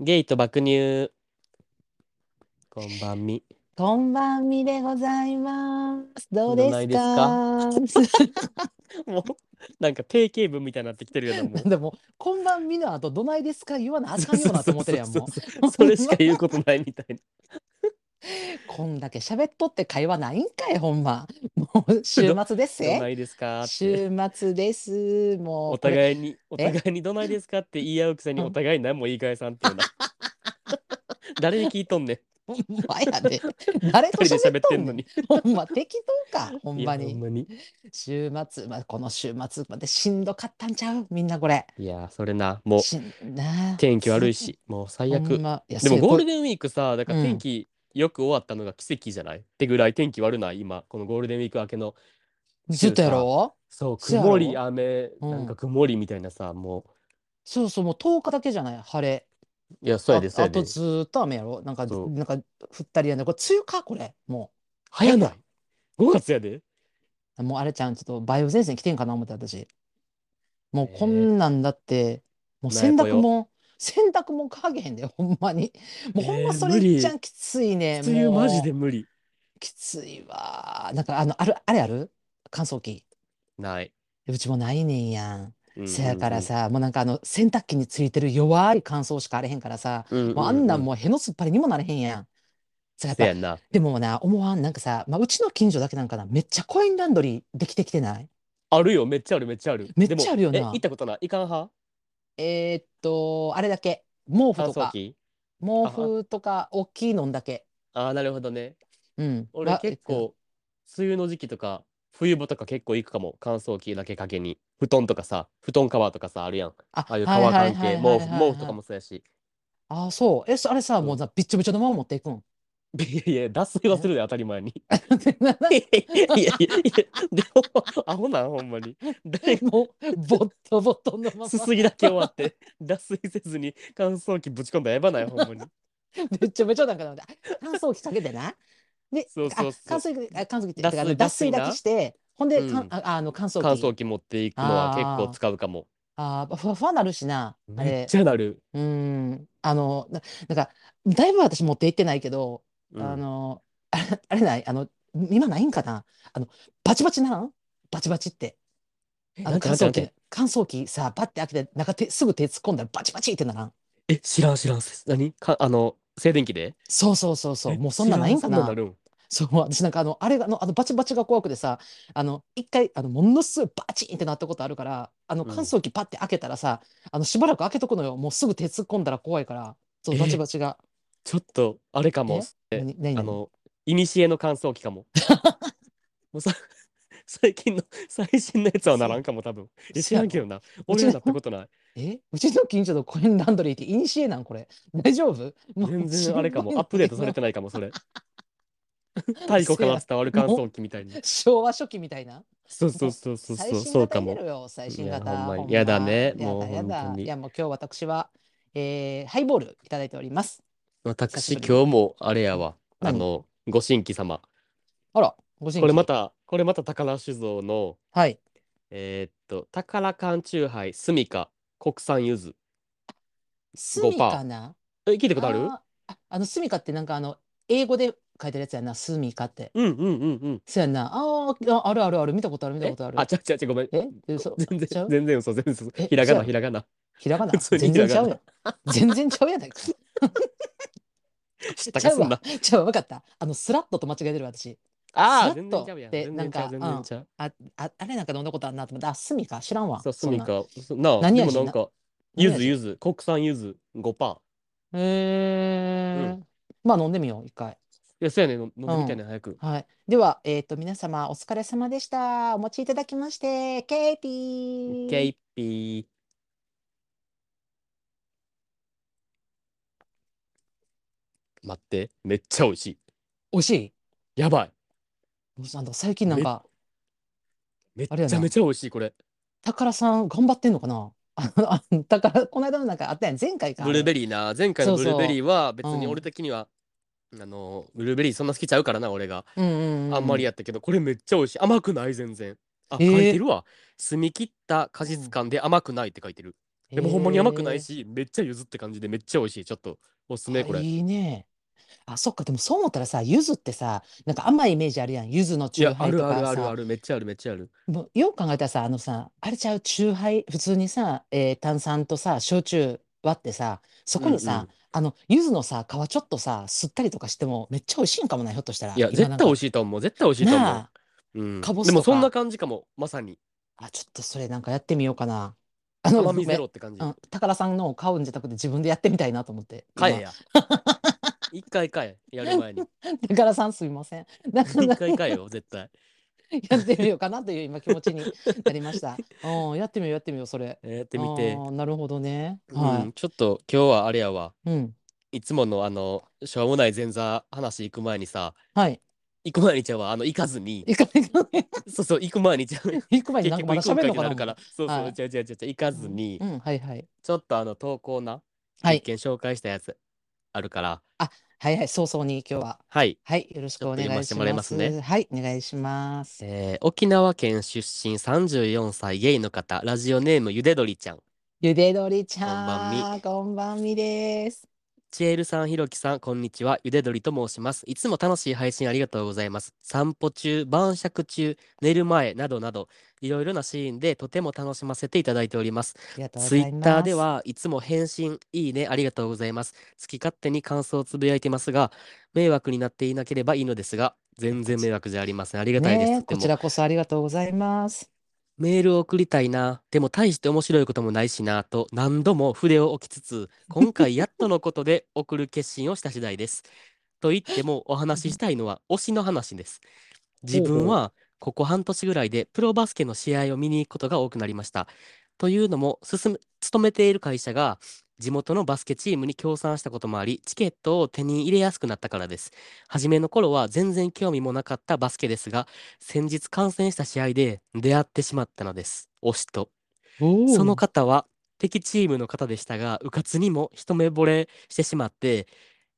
ゲイと爆乳。こんばんみ。こんばんみでございます。どうですどないですか。。もう、なんか定型文みたいになってきてるよな、もう でも、こんばんみの後、どないですか、言わなあかんようなと思ってるやんもそうそうそうそれしか言うことないみた いな。う。こんだけ喋っとって会話ないんかい、ほん ま。もう週末ですどなぜ。いですかって。週末です。もう。おい。互いに、おれ互いにどないですかって言い合うくせにうんお互い何も言い返さん っていうな。誰に聞いとんねん。ほんまやで。誰と二人で喋喋っってとんんののに。に。ほんま、適当か、ほんまいやほんに。まに。週末、まあ、この週末までしんどかったんちゃう、みんなこれ。いや、それな、もうしんなあ。天気悪いし、もう最ほん悪。まいやでもそういうゴーこルデンウィークさ、だからうん天気よく終わったのが奇跡じゃない、ってぐらい天気悪ない今、このゴールデンウィーク明けの。ずっとやろそう、そうやろ曇り、雨、うんなんか曇りみたいなさ、もそうそう、もう10日だけじゃない、晴れ。う。いや、そうやで、あそうやあとで。ずーっと雨やろ。なんか、そうなんか降ったりやんで、これ、梅雨か、これ。も早ない !5 月やで。う、もうあれちゃん、ちょっと梅雨前線来てんかな、思って、私。もうねえこんなんだって、もうなんや洗ぽ濯よも、洗濯もかけへんで、ほんまに。もうほんまねえそれ無理いっちゃんきついね。梅雨もうマジで無理。きついわ。なんか、あの、ある、あれある乾燥機。ない。うちもないねんやん。うんせやから、さ、もうなんかあの、洗濯機についてる弱い乾燥しかあれへんからさ、うんうんもうあんなんもうへのすっぱりにもなれへんやん。そやっせぱやんな。でもな思わんなんかさ、まあ、うちの近所だけなんかなめっちゃコインランドリーできてきてないあるよ、めっちゃある、めっちゃある。めっちゃあるよでなもえ行ったことない。いかん派えーっとあれだけ毛布乾と燥か機毛布とか大きいのんだけああ、なるほどね。うん俺は結構、梅雨の時期とか、冬場とか結構行くかも。乾燥機だけかけに。布団とかさ、布団カバーとかさ、あるやん。あああいうはい革はい関係、はい毛はい布、はい毛布とかはいもそうやし。あそうえそあれさもうさびっちょびちょのまま持って いくんいやいや、脱水はするで、当たり前に。いやないやいや、でも、アホなん、ほんまに。誰がもうボットボトのますますぎだけ終わって、脱水せずに乾燥機ぶち込んだらやばない、ほんまに。めっちゃめちゃなんかなんだ乾燥機かけてなでそうそうそうあ乾燥機あ乾燥機って脱だ水から脱脱水水なだけしてほんで、かんうんああの乾燥機乾燥機持っていくのは結構使うかも。あーふわふわなるしなあれめっちゃなる。うーん、あの、な、なんか、だいぶ私持って行ってないけど、うんあの、あれ、あれない、あの、今ないんかなあの、バチバチなんバチバチって。なあんの、て乾なんて燥なんて機、乾燥機さ、パッて開けて、中手、すぐ手突っ込んだらバチバチってならん。え、知らん知らん。何か、あの、静電気でそうそうそうそう、えもうそんなんないんか知らそなるんそう、私なんかあの、あれが、あの、あのバチバチが怖くてさ、あの、一回、あの、ものすごいバチンってなったことあるから、あの、うん乾燥機パッて開けたらさ、あの、しばらく開けとくのよ。もうすぐ手突っ込んだら怖いから、そう、えバチバチが。ちょっと、あれかも。 え何、何あ何の、いにしえの乾燥機か も。もうさ、最近の、最新のやつはならんかも、多分。え、知らんけどな。俺らなったことない。えうちの近所のコインランドリーってイニシエなんこれ 大丈夫もう全し然んどあれかいも。なアップデートされてないかも、 それ。太古から伝わる乾燥機みたいに。 昭和初期みたいなそうそうそうそう最そう、新そう型か入れも。ろよ最新いや型ほんまにほんやだねやもうだやだ本当にいやもう今日私は、えーハイボールいただいております久私、しぶり今日もあれやわ。あ何の、ご新規様。あらご新規これまた、これまた宝酒造の、はいえーっと、宝缶酎ハイ、スミカ、国産柚子。スミカなえ、聞いたことあるーああのスミカってなんかあの英語で書いてるやつやなスミカってうんうんうんうん。そうやんなあーああるあるある見たことある見たえことあるあ、ちゃうちゃうちゃう、ごめん。ええそう全然ちゃう全然嘘全然嘘えひらがちなゃうひらがなひらがな普通に全ひら然がちなゃうやん全然ちゃうやない か知ったちゃかうそんなわ。ちゃうわ、わかった。あの、スラットと間違えてる私。ああスラ全ッ然とちゃうやんで全然ちゃうな全んか然ちゃうあ、ああれなんか飲んだことあるなと思って、あ、スミか知らんわ。そうスそんミな。カそなあ何でも味なんか何ゆず味ゆず国産ゆず5パへーまあ飲んでみよう、一ー回。いやそうやねん飲んでみたいね早くはい。では、えっと、皆様お疲れ様でした。お持ちいただきまして、ケイティケイピー待ってめっちゃ美味しい美味しいやばいもうなんか最近なんか、めっあれやちゃなめちゃ美味しいこれ宝さん頑張ってんのかな あのあの、宝、この間のなんかあったやん、前回か。ブルーベリーな前回のブそうルそうーベリーは別にうん俺的にはあのブルーベリーそんな好きちゃうからな俺がー。うんうんうん。あんまりやったけど、これめっちゃ美味しい。甘くない、全然。あ、えー書いてるわ。澄み切った果実感で甘くないって書いてる。でもほんまに甘くなへいーし、めっちゃ柚子って感じでめっちゃ美味しい。ちょっとおすすめあこれ。いいね。あ、そっか。でもそう思ったらさ、柚子ってさ、なんか甘いイメージあるやん。柚子のい酎や、あハイるとあるかあるあさ。る。めっちゃあるめっちゃある。もうよく考えたらさ、あのさ、あれちゃう、酎ハイ、普通にさ、えー炭酸とさ、焼酎割ってさ、そこうんうにさん。、あの、柚子のさ、皮ちょっとさ、吸ったりとかしても、めっちゃ美味しいんかもな、ひょっとしたら。いや、今絶なん対美味か、しいと思う。絶対美味しいと思なう。うん。かぼすでもとそんなか感じかも。まさに。あ、あ、ちょっとそれなんかやってみようかな。あの、甘ごみゼめん。ロって感じう。ん、宝さんのを買うんじゃなくて自分でやってみたいなと思って、買今。えや。 一回買え。やる 前に。宝さんすいません。 なか一なか回買えよ、絶対。やってみようかなという今気 持ちになりました。うん、やってみようやってみようそれ。やってあみて。ーなるほどね。うはん、ちょっと今日はあれやわ。い。うん。いつものあの、しょうもない前座話行く前にさ、はい。行く前にちゃうわ。あの、行かずに。行か行かそうそう、行く前にちゃう。行く前に結なん局かまだ行こう喋るかのになるかな思かっらて。、そうはそ、いうじゃじゃじゃ行かずにう、ん、うんはいはい。ちょっとあの投稿な、は一い。見紹介したやつあるから、はいはい。早々に今日は。はい、はい。よろしちょくっおと読願まいせてしもらいまますね。す。はい。お願いします。えー沖縄県出身34歳ゲイの方、ラジオネームゆでどりちゃん。ゆでどりちこんばんみゃん、こんばんみです。ちえるさん、ひろきさん、こんにちは。ゆでどりと申します。いつも楽しい配信ありがとうございます。散歩中、晩酌中、寝る前などなど、いろいろなシーンでとても楽しませていただいております。ありがとうごツイざいッターま。ですはいつも返信、いいね、ありがとうございます。好き勝手に感想をつぶやいてますが、迷惑になっていなければいいのですが、全然迷惑じゃありません。ありがたいです。ねとえ、てこもちらこそありがとうございます。メールを送りたいな。でも大して面白いこともないしなと何度も筆を置きつつ、今回やっとのことで送る決心をした次第です。と言ってもお話ししたいのは推しの話です。自ほうほ分うはここ半年ぐらいでプロバスケの試合を見に行くことが多くなりました。というのも進め勤めている会社が地元のバスケチームに協賛したこともありチケットを手に入れやすくなったからです。初めの頃は全然興味もなかったバスケですが先日観戦した試合で出会ってしまったのです推しと。おそのお。方は敵チームの方でしたが、うかつにも一目惚れしてしまって、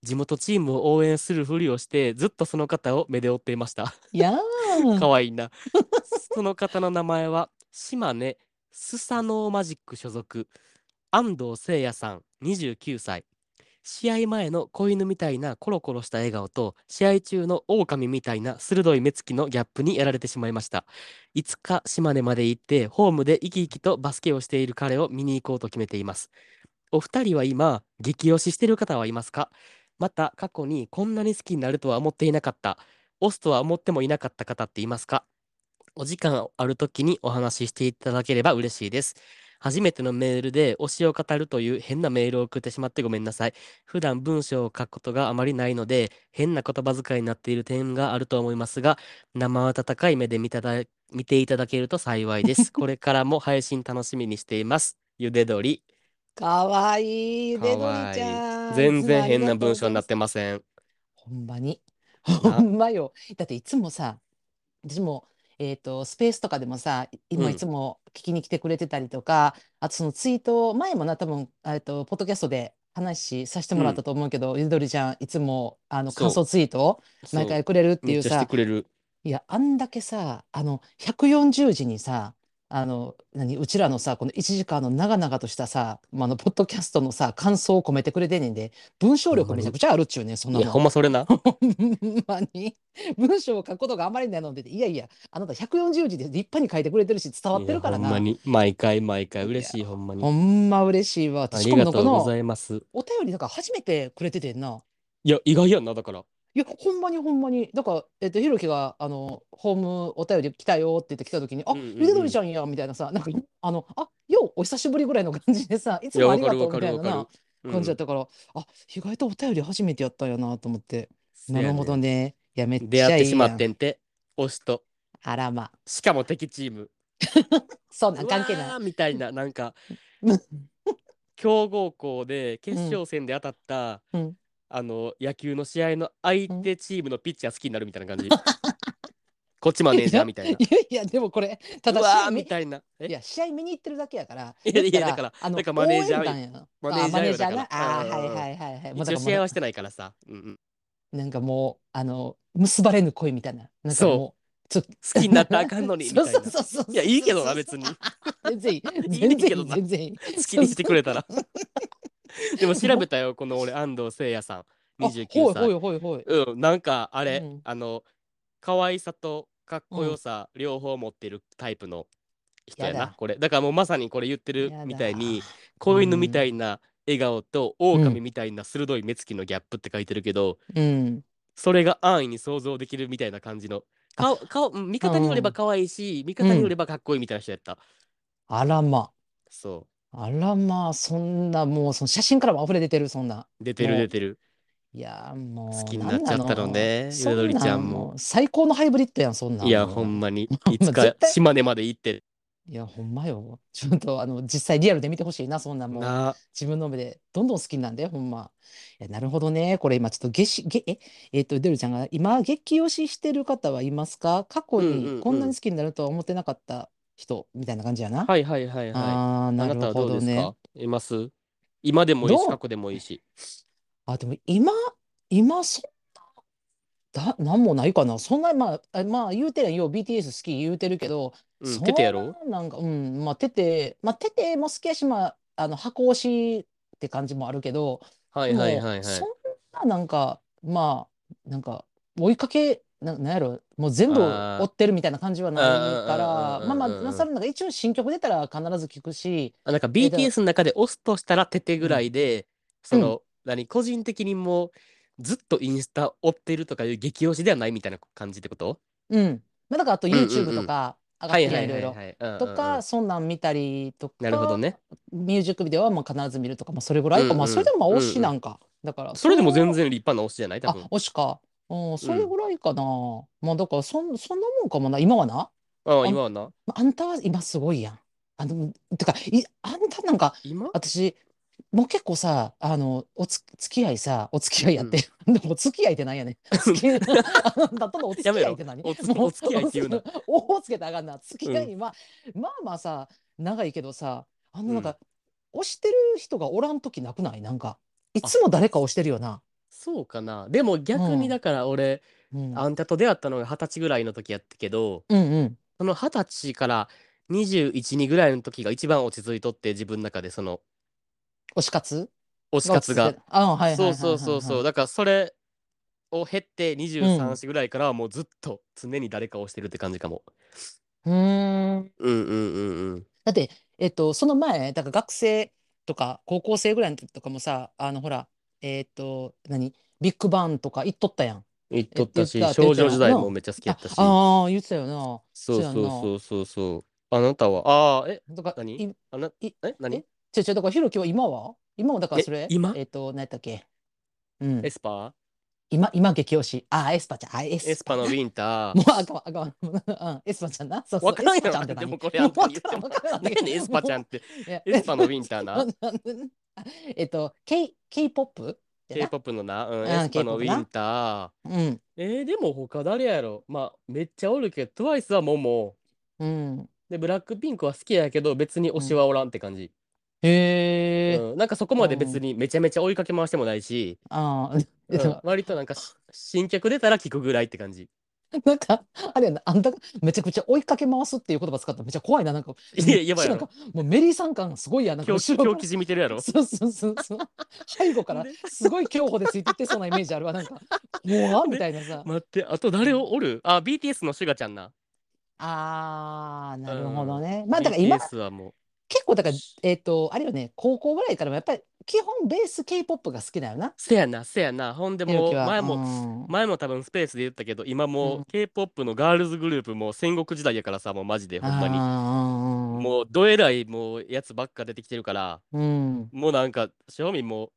地元チームを応援するふりをして、ずっとその方を目で追っていました。やーかん。わいいな。その方の名前は、島根スサノーマジック所属、安藤聖也さん、29歳。試合前の子犬みたいなコロコロした笑顔と試合中の狼みたいな鋭い目つきのギャップにやられてしまいましたいつか島根まで行ってホームで生き生きとバスケをしている彼を見に行こうと決めていますお二人は今激推ししている方はいますかまた過去にこんなに好きになるとは思っていなかった推すとは思ってもいなかった方っていますかお時間ある時にお話ししていただければ嬉しいです初めてのメールで推しを語るという変なメールを送ってしまってごめんなさい普段文章を書くことがあまりないので変な言葉遣いになっている点があると思いますが生温かい目で見ただ見ていただけると幸いです これからも配信楽しみにしていますゆで鶏かわいい。ゆかでどりわちいいゃん。い全つも然あり変がなとうご文ざ章いにまなっす。てませんほんまに。なほんまよ。だっていつもさ、私も、えっと、スペースとかでもさ、う今いんつも聞きに来てくれてたりとか、あとそのツイート、前もな、多分、えっと、ポッドキャストで話させてうもらっんたと思うけど、ゆどりちゃん、いつも、あの、感そ想ツイートをう毎そ回くれるっうてめっいうちゃしてさ、くれるいや、あんだけさ、あの、140字にさ、あの、何、うちらのさ、この1時間の長々としたさ、まあ、あの、ポッドキャストのさ、感想を込めてくれてんねんで、文章ほん力まめちゃにくちゃあるっちゅうねん、そんいなやもほん。んまそれな ほんまに文章を書くことがあまりないので、いやいや、あなた140字で立派に書いてくれてるし、伝わっいてやるかほらんまな。に毎回毎回い嬉しや、いほんまにほんま嬉しいわ。あしりかがもなんかとうごの、ざいますお便りなんか初めてくれててんな。いや意外やんなだからいや、ほんまにほんまに。だから、えっと、ひろきが、あの、ホームお便り来たよって言って来た時に、うあ、んゆでうんどうりんちゃんや、みたいなさ、なんか、あの、あ、よう、お久しぶりぐらいの感じでさ、いいつやもあわりかるがとわうかみたるわいなかなるう感じだっんたから、あ、意外とお便り初めてやったんやなと思って。せなやるほどねね。いや、めっ出ち会っゃてしいいまっやん。てんて推しとあらま。しかも敵チームそんなうんわ関係ない。ーみたいななん かうん、強豪校で決うん、勝戦で当たったうん、あの野球の試合の相うん。手チームのピッチャー好きになるみたいな 感じこっちマネーいジャや、ーみたいないやいや、でもこれ、たうだ試わ合ーみ見、たいないえや、試合見に行ってるだけやから、いや言っいたやだら、からあだの、からマネ応ージ援ャー団やな。マネあ、ージマャーネーよジだャーからな。うんあー、うはいんうんはいはいはい。もうだ一か応試らもう合な、はしてないからさうんうんなんかもう、あの、結ばれぬ恋みたいな。なんかそもう、ちょ好きになったらあかんのにみたいな そうそうそう そいうやいいけどな別に全然い いい全ねん然けいどいな全然いい好きにしてくれたら でも調べたよこの俺安藤聖也さんあ29歳ほいほいほいほいうんなんかあれ、うんあの可愛さとかっこよさ、両方持ってるタイプの人やなやだこれだからもうまさにこれ言ってるやだみたいに子犬みたいな笑顔と狼みたいな鋭い目つきのギャップって書いてるけど、うんそれが安易に想像できるみたいな感じの顔顔うん味方によれば可愛いし、味方によればかっこいいみたいな人やった、あらまそあらまそんなもうその写真からも溢れ出てるそんなう出てるもう出てるいやーもう好きになっちゃったのねなんなのゆとりちゃんもそな最高のハイブリッドやんそんなんいやほんま にいつか絶対島根まで行っていやほんまよちょっとあの実際リアルで見てほしいなそんなんもうな自分の目でどんどん好きなんだよほんまいやなるほどねこれ今ちょっと月しげええっとデルちゃんが今激推ししてる方はいますか過去うんうんうにんこんなに好きになるとは思ってなかった人みたいな感じやな、はいはいはいはいあああななるたはほどうどですねかいます今でもいいどし、う過去でもいいし。あ、でも今、今そんな、だ、なんもないかな。そんな、まあ、あまあ、言うてるやんよう BTS 好き言うてるけど、うん、そテテやろんななんか、うん、まあ、テテ、まあ、テテも好きやし、まあ、あの、箱推しって感じもあるけど、はいではいも、はいはいそん。な、なんか、まあ、なんか、追いかけ、な、なんやろ、もう全部あー追ってるみたいな感じはないかあーうら、んうんうんうんうんまあまあ、なさるなんか、一応新曲出たら必ず聞くし、あなんかえだから BTS の中で押すとしたらテテぐらいで、その、何、個人的にもうずっとインスタ追ってるとかいう激推しではないみたいな感じってことうん。まあ、だから、あとうんうんうん YouTube とか上がっはているはやんいいろはいいろ。はい。うんうんうんとか、そんなん見たりとなるほどね。か、ミュージックビデオはもう必ず見るとか、まあ、それぐらいか、まうあ、んうんそれでもまあうんうん推しなんか。だから、それでもんな全然立派な推しじゃない多あ、分。推しか。うん、それぐらいかな。まあ、だから、そん、そんなもんかもな。今はな。ああ、あ今はな。まああんたは今すごいやん。あの、てか、い、あんたなんか、今私、もう結構さ、あの、おつ、付き合いさ、お付き合いやって、でも、お付き合いっ てなんやねん。付き合い、あんたとのお付き合いって何やめろおつお付き合いって言うな。おおつけてあがんな。付き合いは、まあまあさ、長いけどさ、あのなんか、押してる人がおらんときなくないなんか、いつも誰か押してるよな。そうかな。でも逆うにんだから俺、うん、あんたと出会ったのが二十歳ぐらいの時やったけど、うんうん。その二十歳から21、2ぐらいの時が一番落ち着いとって自分の中でその推し活推し活が。。あはいはいはいそはういそうそうそう。はい。だからそれを経ってう23ん歳ぐらいからはもうずっと常に誰かをしてるって感じかも。うーうん。んうんうんうん。だって、えっと、その前、だから学生とか高校生ぐらいの時とかもさ、あの、ほら、えっと、何ビッグバンとか行っとったやん。言っとったし言っ、た少女時代言っもためっちゃ好きやったし。ああー、言ってたよな。そうそうそうやんなそうそうそう。あなたは、ああ、え、とか、何い、あな、いえ、何えちょちょ、だから、ひろきは今は今もだからそれ、え今えっと、何やったっけうんエ。スパー今、今激推し。ああ、エスパちゃん。あ、エエススパのウィンタ もー。うあかんあかん。うん、エスパちゃんな。そうそうわからんエやスパろちゃんって何でもこれあんたに言ってもわからんわからん何やねんエスパちゃんって。いやエスパのウィン ターな。えっと、K、K-POP? やな K-POP のな、うん、んエスパのウ K-POP ィなンター。うん。えー、でも他誰やろまあ、めっちゃおるけど、TWICE はモモ。うん。で、ブラックピンクは好きやけど、別に推しはおらんって感じ。へえ。うん、なんかそこまで別にめちゃめちゃ追いかけ回してもないし、ああ、うでんも、割となんかし新曲出たら聞くぐらいって感じ。なんか、あれやな、あんたがめちゃくちゃ追いかけ回すっていう言葉使ったらめっちゃ怖いな、なんか、いや、やばいなやんろか。、もうメリーさん感がすごいや、なんか狂後気ろから狂気じみてるやろ。そうそうそうそう。背後からで、 すごい競歩でついてってそうなイメージあるわ、なんか、もうみたいな さ。待って、あと誰をおるあ、BTS のシュガちゃんな。ああ、なるほどね。まあ、だから今、 BTS はも結構だからし、えっと、あれよね、高校ぐらいからもやっぱり、基本ベース K-POP が好きだよな。う。せやな、せやな。ほんでひろもきう、は前も、も前も多分スペースで言ったけど、今もううん K-POP のガールズグループも戦国時代やからさ、もうマジで、ほんまに。にもう、どえらい、もう、やつばっか出てきてるから、う、うん、もうなんか、正味もう、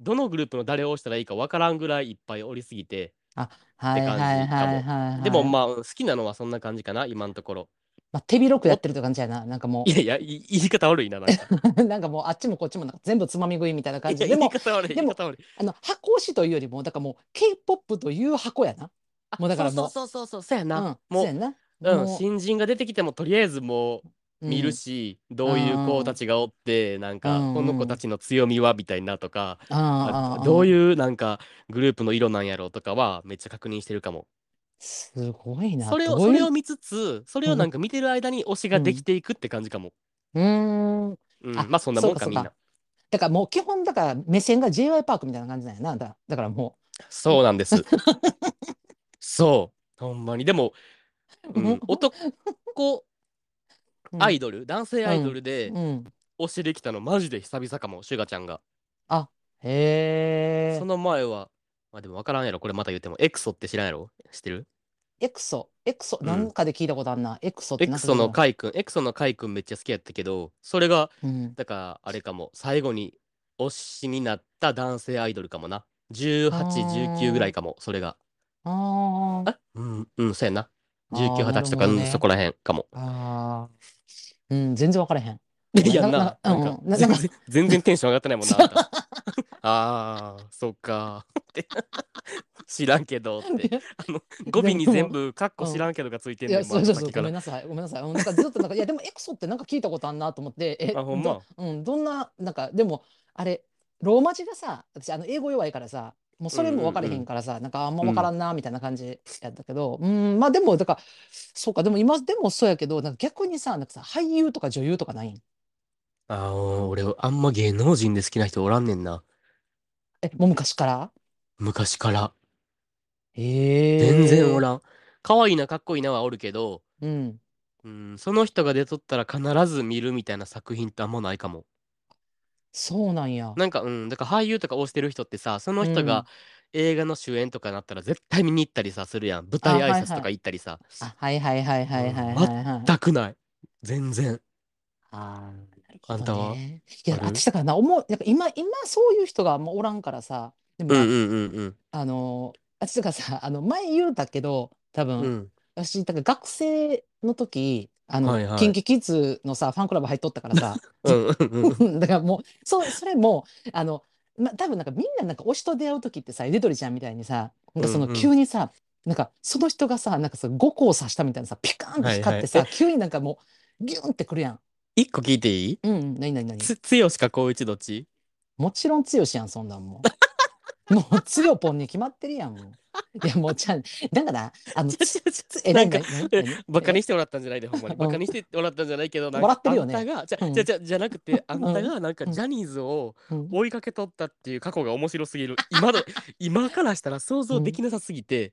どのグループの誰を押したらいいかわからんぐらいいっぱいおりすぎて、あ、はいはいはいはいはい。でもまあ、好きなのはそんな感じかな、今のとこ ろ。まあ、手広くやってるって感じやな。なんかもいやいや、い言い方悪いな、なんか。う、 なんかもうあっちもこっちもなんか全部つまみ食いみたいな感いじやで。で言いも、方悪い、で言いも方悪い。あの、箱推しというよりも、だからもう K-POP という箱やな。もうだからもうそうそうそうそうそうやうな、ん、もそうやんな。うん、も新人が出てきてもとりあえずもう、う見るし、どういう子たちがおってなんか、うんこの子たちの強みはみたいなとか、うん、ああああどういうなんかグループの色なんやろうとかはめっちゃ確認してるかも。すごいな。それをどそういうれを見つつそれをなんか見てる間に推しができていくって感じかも、うーうん。んあまあそんなもんかそうみんかそうかなだからもう基本だから目線が J.Y. パークみたいな感じなんやな。だ、だからもそうなんです そうほんまにでも、うん 男う、うんアイドル、男性アイドルでうん。推しできたのマジで久々かもシュガちゃんがへえそ。の前はまあでも分からんやろこれまた言ってもエクソって知らんやろ知ってるエクソ、エクソ、うんなんかで聞いたことあんな。エクソってエなんクかソのカイ君エクソのカイ君めっちゃ好きやったけどそれがうん。だからあれかも最後に推しになった男性アイドルかもな1819ぐらいかもそれがああ。あうんうんそうやなあー1920とか、なるほどねうんそこらへんかもああ。うん、全然分からへん。 いやななななんなかうんな全なんか然全然テンション上がってないもんなあんたあーそうか って知らんけどってあの語尾に全部カッコ知らんけどがついてんいねや、んもそううそうそ先う、かごめんらなさい、ごめんなさい、うんなんかずっとなんか、いや、でもエクソってなんか聞いたことあんなと思って、え、あほんまどうん、どんな、なんか、でも、あれ、ローマ字がさ、私、あの、英語弱いからさ、もうそれも分かれへんからさ、なんかあんま分からんな、みたいな感じやったけど、うん、まあでも、だから、そうか、でも今でもそうやけど、なんか逆にさ、なんかさ、俳優とか女優とかないんあー俺あんま芸能人で好きな人おらんねんなえ、もう昔から昔からええ全然おらん可愛いなかっこいいなはおるけどうん。うん、その人が出とったら必ず見るみたいな作品ってあんまないかも。そうなんや。なんか、うん、だから俳優とか推してる人ってさ、その人うんが映画の主演とかなったら絶対見に行ったりさ、するやん。舞台あはい挨はい拶とか行ったりさ。あ、はいはいはいはいはいはいはい。全くない。全然。ああ、なるあほんたはどね。いや、ある私だからな、思う、なんか今、今そういう人があんまおらんからさ、でもうんな、うんうんあの、私だからさ、 あの、前言うたけど、多うん。分、うん。私、だから学生の時、あの、はいはい KinKiKids のさ、ファンクラブ入っとったからさ、うんうん うん。だからもう、そう、それも、あの、ま、多分なんかみんななんか推しと出会う時ってさ、ゆでとりちゃんみたいにさ、なんかそうんうのん急にさ、なんかその人がさ、なんかさ、五光さしたみたいなさ、ピカーンと光ってさ、は急になんかもう、ギュンってくるやん。一個聞いていいうんうん、何何何つ、剛か光一どっちもちろん強しやん、そんなんも う。もう強ぽんに決まってるやん、もう。いや、もうちゃん、だから、あの、つつえ、なんか何、え何何バカえにしてもらったんじゃないで、ほんまに。うんバカにしてもらったんじゃないけど、なんもらかっ、てあるよんねたが、じゃ、うんじゃ、じゃ、じゃなくて、あんたうんがなんかうんジャニーズを、うん追いかけとったっていう過去が面白すぎる今の 今からしたら想像できなさすぎて、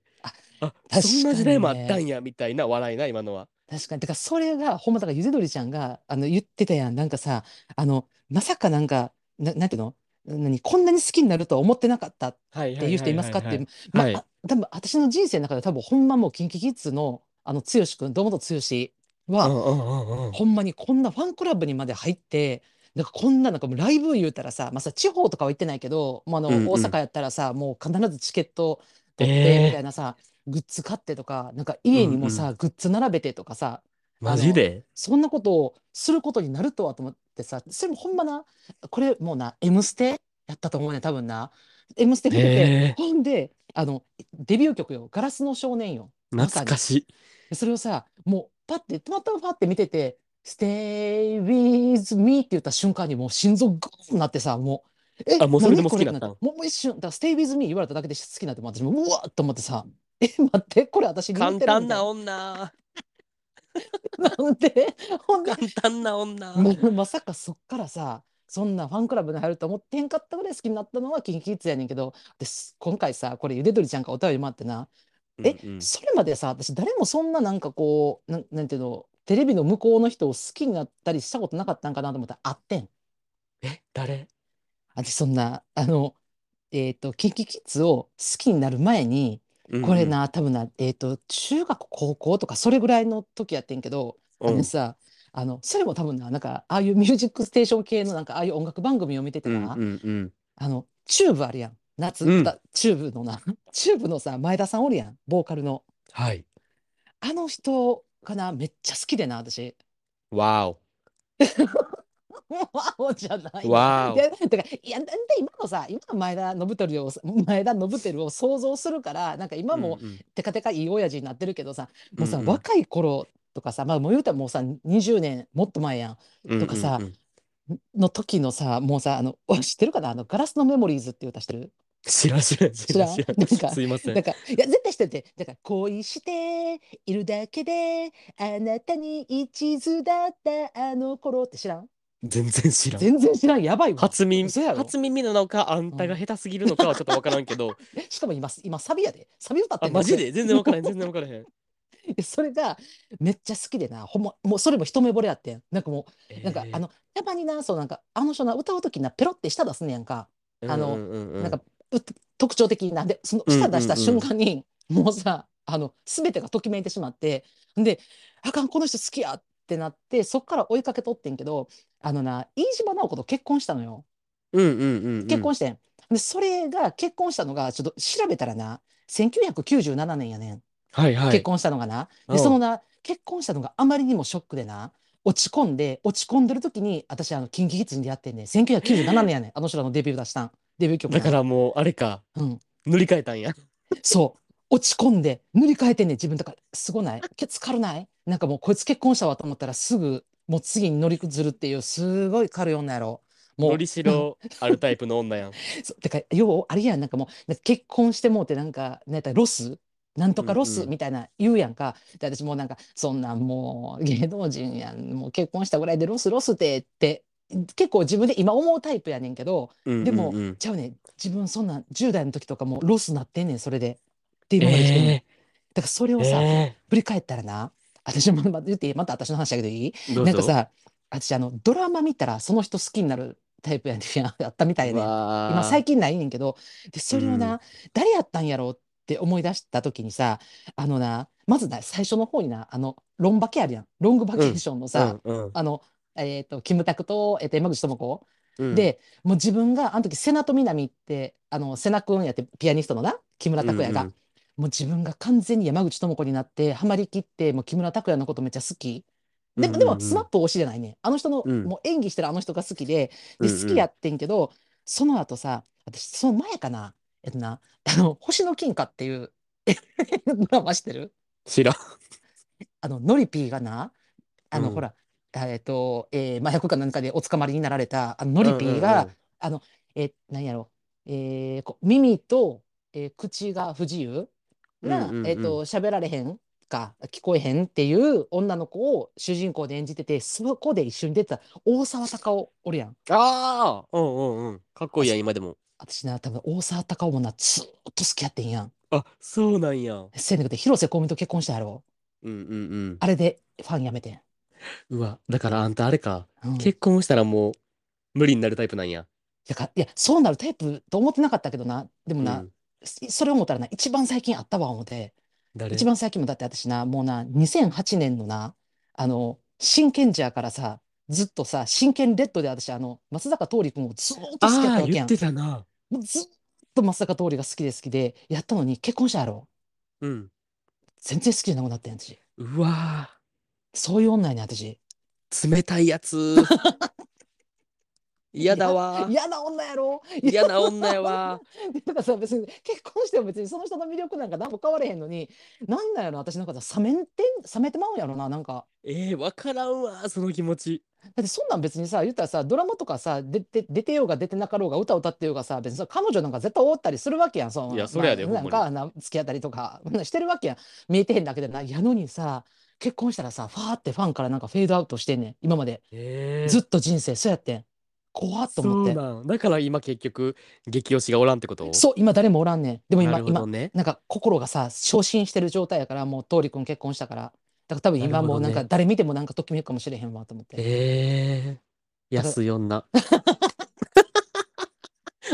あ確かにねそんな時代もあったんやみたいな笑いな今のは確かに。だから、それが、ほんま、だから、ゆでどりちゃんが、あの、言ってたやん。なんかさ、あの、まさかなんか、な、なんていうの何こんなに好きになるとは思ってなかったっはいていう人いますかって、まはいあ、多分、私の人生の中で多分、ほんまもう、KinKiKids の、あの、剛くん、堂本剛は、ほんまにこんなファンクラブにまで入って、なんかこんななんかもうライブ言うたらさ、まあ、さ地方とかは行ってないけど、まあ、あのうんうん大阪やったらさ、もう必ずチケット取っえてーみたいなさ、グッズ買ってとか、なんか家にもさ、うんグッズ並べてとかさ、マジでそんなことをすることになるとはと思ってさ、それもほんまな、これもうな、M ステやったと思うね、多分な。M ステ見てへーて、ほんで、あの、デビュー曲よ、ガラスの少年よ。まさ懐にかしいでそれをさ、もうパッて、たまたまパッて見てて、Stay with me って言った瞬間にもう心臓グーンなってさ、もう、え、あもうそれで何も好きこになったのもうもう一瞬、だから Stay with me 言われただけで好きになって、もう私もううわっと思ってさ、え、待って、これ私似簡てる単みたいなな。女なんで、ほんで、簡単な女もう まさかそっからさ、そんなファンクラブに入ると思ってへんかったぐらい好きになったのは KinKiKids やねんけど、です今回さ、これゆでどりちゃんからお便りもあってな、えうんうんそれまでさ、私誰もそんななんかこう、なん、なんていうの、テレビの向こうの人を好きになったりしたことなかったんかなと思ったら、あってん。え誰私そんな、あの、えっと、キンキキッズを好きになる前に、うんうんこれな、多分な、えっと、中学、高校とか、それぐらいの時やってんけど、あうんのさ、あの、それも多分な、なんか、ああいうミュージックステーション系の、なんか、ああいう音楽番組を見ててうんなう、んうんあの、チューブあるやん。夏、うん歌チューブのな、 チューブのさ、前田さんおるやん、ボーカルの。はいあの人かな、めっちゃ好きでな、私。わおワオじゃないわおいや、だから、いや、だいたい今のさ、今の前田信輝を、前田信輝を想像するから、なんか今もうんうんテカテカいい親父になってるけどさ、もうさ、うんうん若い頃とかさ、まあ、もう言うたらもうさ、20年もっと前やん、とかさうんうんうんの時のさ、もうさ、あの、お知ってるかな、あの、ガラスのメモリーズっていう歌してる。知らん知らん知らん知知ららんなんんかすいませんだから、いや、絶対してて、だから、恋しているだけで、あなたに一途だったあの頃って知らん全然知らん全然知らん、やばいわ。初耳嘘やろ初耳なのかあんたが下手すぎるのかはちょっとわからんけど、 しかも今、今サビやで。サビ歌ってあんのマジで全然わからへんも全然わからへん、うでそれが、めっちゃ好きでな、ほんま、もうそれも一目惚れやってん。なんかもう、 なんか、あの、やっぱにな、そう、なんか、あの人な、歌うときな、ペロって舌出すねやんか。えーあのうんうんうなんか、う特徴的な。で、その舌出した瞬間に、もうさ、あの、すべてがときめいてしまって、で、あかん、この人好きやってなって、そっから追いかけとってんけど、あのな、飯島直子と結婚したのよ。うんうんうんうん結婚してん。で、それが、結婚したのが、ちょっと調べたらな、1997年やねん。はいはい結婚したのがな。うんで、そのな、結婚したのがあまりにもショックでな、落ち込んで、落ち込んでる時に、私、あの、キンキキッズに出会ってんねん。1997年やねん。あの人らのデビュー出したん。デビュー曲なだからもうあれかうん。塗り替えたんやそう。落ち込んで、塗り替えてんねん自分だから、すごないけつかるないなんかもう、こいつ結婚したわと思ったら、すぐ、もう次に乗りずるっていう、すごい軽い女やろ。ものうりしろあるタイプの女やんそうてかようあれやんなんかもうなんか結婚してもうてなんかなんやったらロスなんとかうロんスうんみたいな言うやんか、で私もうなんかそんなんもう芸能人やんもう結婚したぐらいでロスロスでって結構自分で今思うタイプやねんけどでも、うんうんうんちゃうねん自分そんなん10代の時とかもうロスなってんねんそれでって今まで来てんねんえだからそれーをさ、え振り返ったらな私もまた言っていいまた私の話だけどいいーどうなんぞかさ私あのドラマ見たらその人好きになるタイプやねん やったみたいねんわー今最近ないねんけどでそれをな、う誰やったんやろうって思い出した時にさあのなまずな最初の方になあのロンバケあるやんロングバケーションのさ、うんうんあのえっ、とキムタクと,、えーと山口智子、うんでもう自分があの時瀬名と南ってあの瀬名君やってピアニストのな木村拓哉が、うんうんもう自分が完全に山口智子になってハマりきってもう木村拓哉のことめっちゃ好きで,、うんうんでうもんスマップ推しじゃないねあの人の、うんもう演技してるあの人が好きでうでんうん好きやってんけど、その後さ私その前かなえっとな「あの星の金貨」っていう ドラマしてる知らんあのノリピーがなあの、うんほらあえっと、えー、麻薬か何かでお捕まりになられたあのノリピーが、えー、何やろえー、こう耳と、えー口が不自由うな、んうんうんえー、と喋られへんか聞こえへんっていう女の子を主人公で演じててそこで一緒に出てた大沢たかおおるやんああーうんうんうんかっこいいやん今でも私な多分大沢たかおもなずーっと好きやってんやんあそうなんやうんせやねんけど広瀬香美と結婚したやろうんうんあれでファンやめてん、うわだからあんたあれかうん、結婚したらもう無理になるタイプなんやだからいやそうなるタイプと思ってなかったけどなでもな、うんそれ思ったらな一番最近あったわ思って誰一番最近もだって私なもうな2008年のなあの真剣じゃからさずっとさ真剣レッドで私あの松坂桃李君をずーっと好きやったああわけや言っんてたなもうずーっと松坂桃李が好きで好きでやったのに結婚したやろうん全然好きじゃなくなったやん私うわそういう女やねん私ー冷たいや つ嫌だわ嫌な女やろ嫌な女やわでだからさ別に結婚しても別にその人の魅力なんか何も変われへんのになんなんやろ私なんかさ冷めてん冷めてまうんやろななんかえー、わからんわその気持ちだってそんなん別にさ言ったらさドラマとかさ出て出てようが出てなかろうが歌歌ってようがさ別にさ彼女なんか絶対おったりするわけやんそのいやそりゃでなほんんまかな付き合ったりとか そんなんしてるわけやん見えてへんだけでなやのにさ結婚したらさファーってファンからなんかフェードアウトしてんねん今までえーずっと人生そうやってん怖っと思ってそうなんだから今結局激推しがおらんってことそう今誰もおらんねんでも今なるほ今どねなんか心がさ昇進してる状態やからもう桃李君結婚したからだから多分今もうなんなるほどか誰見てもなんかときめくかもしれへんわと思って、えー、だから安い女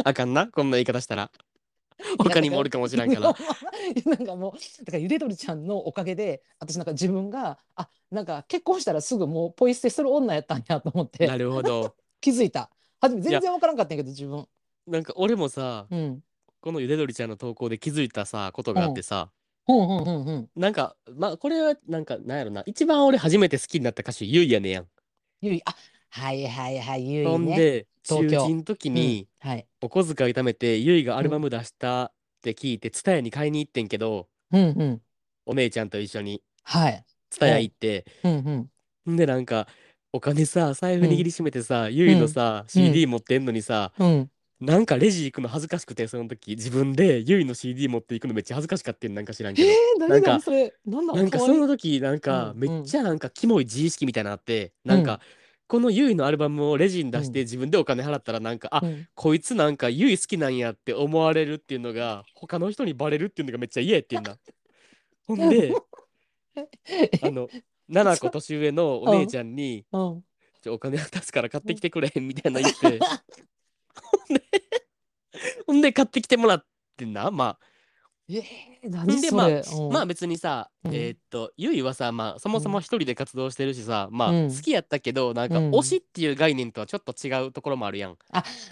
あかんなこんな言い方したら他にもおるかもしれんからい やなんかもうだからゆで鳥ちゃんのおかげで私なんか自分があなんか結婚したらすぐもうポイ捨てする女やったんやと思ってなるほど気づいた初め全然わからんかったんやけど自分なんか俺もさうんこのゆでどりちゃんの投稿で気づいたさことがあってさ、うんうんうんうんなんかまあこれはなんかなんやろな一番俺初めて好きになった歌手ゆいやねやん、ゆいあはいはいはいゆほいんねで中東京1の時うんにはいお小遣い貯めてゆいがアルバム出したって聞いて蔦屋に買いに行ってんけどうんうんお姉ちゃんと一緒にはい蔦屋行ってうんうんんでなんかお金さ財布握りしめてさ、ゆいのさ、うん CD 持ってんのにさ、うんなんかレジ行くの恥ずかしくて、その時自分でユイの CD 持っていくのめっちゃ恥ずかしかったんなんか知らんけど。何なんか何それ何だなんか可そ愛いの時なんかうんうんめっちゃなんかキモい自意識みたいなのあって、なんうんかこのユイのアルバムをレジに出して自分でお金払ったらなんか、あうんこいつなんかユイ好きなんやって思われるっていうのが他の人にバレるっていうのがめっちゃ嫌やってん な。ほんであの7個年上のお姉ちゃんにうん「ちょお金渡すから買ってきてくれ」みたいな言ってほんで ほんで買ってきてもらってんなまあ えー、何でそまあれ、うんまあ別にさ、うんえーっとゆいはさ、まあ、そもそも一人で活動してるしさ、まあうん好きやったけどなんかうん推しっていう概念とはちょっと違うところもあるやん。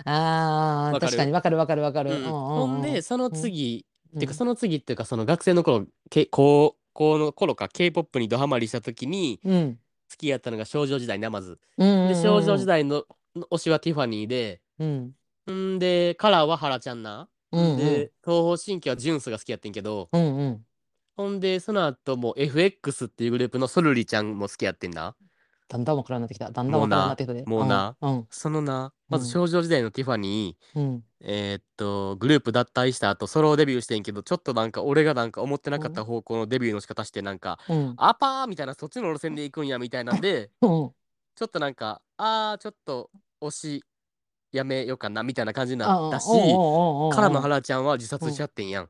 あわーかる確かにわかるわかるわかる、うんほんでその次、っていうかうんその次っていうかその学生の頃け高校の頃か k p o p にドハマりした時にうん好きやったのが少女時代なまず。うんで少女時代のの推しはティファニーで。うんんでカラーはハラちゃんな。うんで東方神起はジュンスが好きやってんけど。うんうんほんで、その後も FX っていうグループのソルリちゃんも好きやってんな。だんだんわからんなってきただんだんわからんなってきたでもうなうんそのな、まうずん少女時代のティファニー、うんえーっと、グループ脱退した後、ソロデビューしてんけど、ちょっとなんか俺がなんか思ってなかった方向のデビューの仕方して、なんか、うんアパーみたいな、そっちの路線で行くんやみたいなんで、うんちょっとなんか、あー、ちょっと推しやめようかなみたいな感じにあ なったし、かカラのハラちゃんは自殺しちゃってんやん。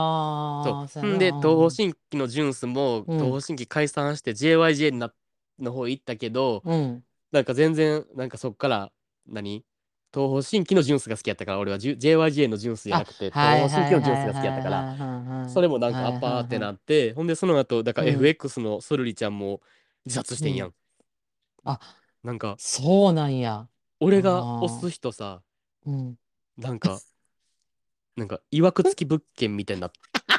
そうああほんで東方神起のジュンスもうん東方神起解散して JYJ になの方行ったけど、うんなんか全然なんかそっから何東方神起のジュンスが好きやったから俺はジュ JYJ のジュンスじゃなくてはい東方神起のジュンスが好きやったかららそれもなんかアッパーってなって、ほんでその後だから FX のソルリちゃんも自殺してんやん、うあなんかそうなんや俺が押す人さうんなんかなんかいわくつき物件みたいになっ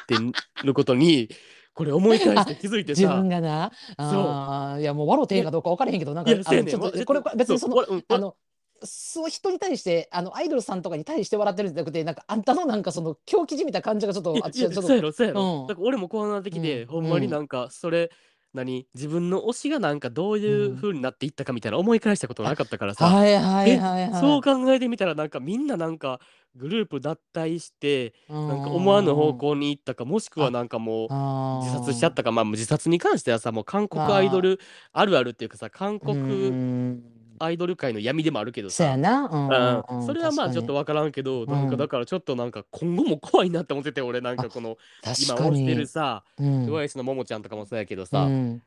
てることにこれ思い返して気づいて 自さ分がなあーいやもう笑うてええかどうか分からへんけどなんかいや、あせやのねちんょっわとこれこれ別にそのううんあの、そう人に対して、あの、アイドルさんとかに対して笑ってるんじゃなくて、なんか、あんたのなんかその、狂気じみた感じがちょっとい、やあっちいやはちょっそうと、やろ、そうやうろん。だから俺もコーナー的で、うんほんまにうんなんか、それ、何、自分の推しがなんかどういううん風になっていったかみたいな思い返したことなかったからさ、はいはいはいはい。そう考えてみたら、なんかみんななんかグループ脱退して、うん、なんか思わぬ方向に行ったか、もしくはなんかもう、あー、自殺しちゃったか、まあ自殺に関してはさ、もう韓国アイドルあるあるっていうかさ、韓う国ん。アイドル界の闇でもあるけどそさや、な。うんううんんうんそれはまあちょっとわからんけど、なんうかんだからちょっとなんか今後も怖いなって思ってて俺なんかこの確今か推にしてる確さかに。うん。 TWICE のももちゃんとかもそうやけどさ、うん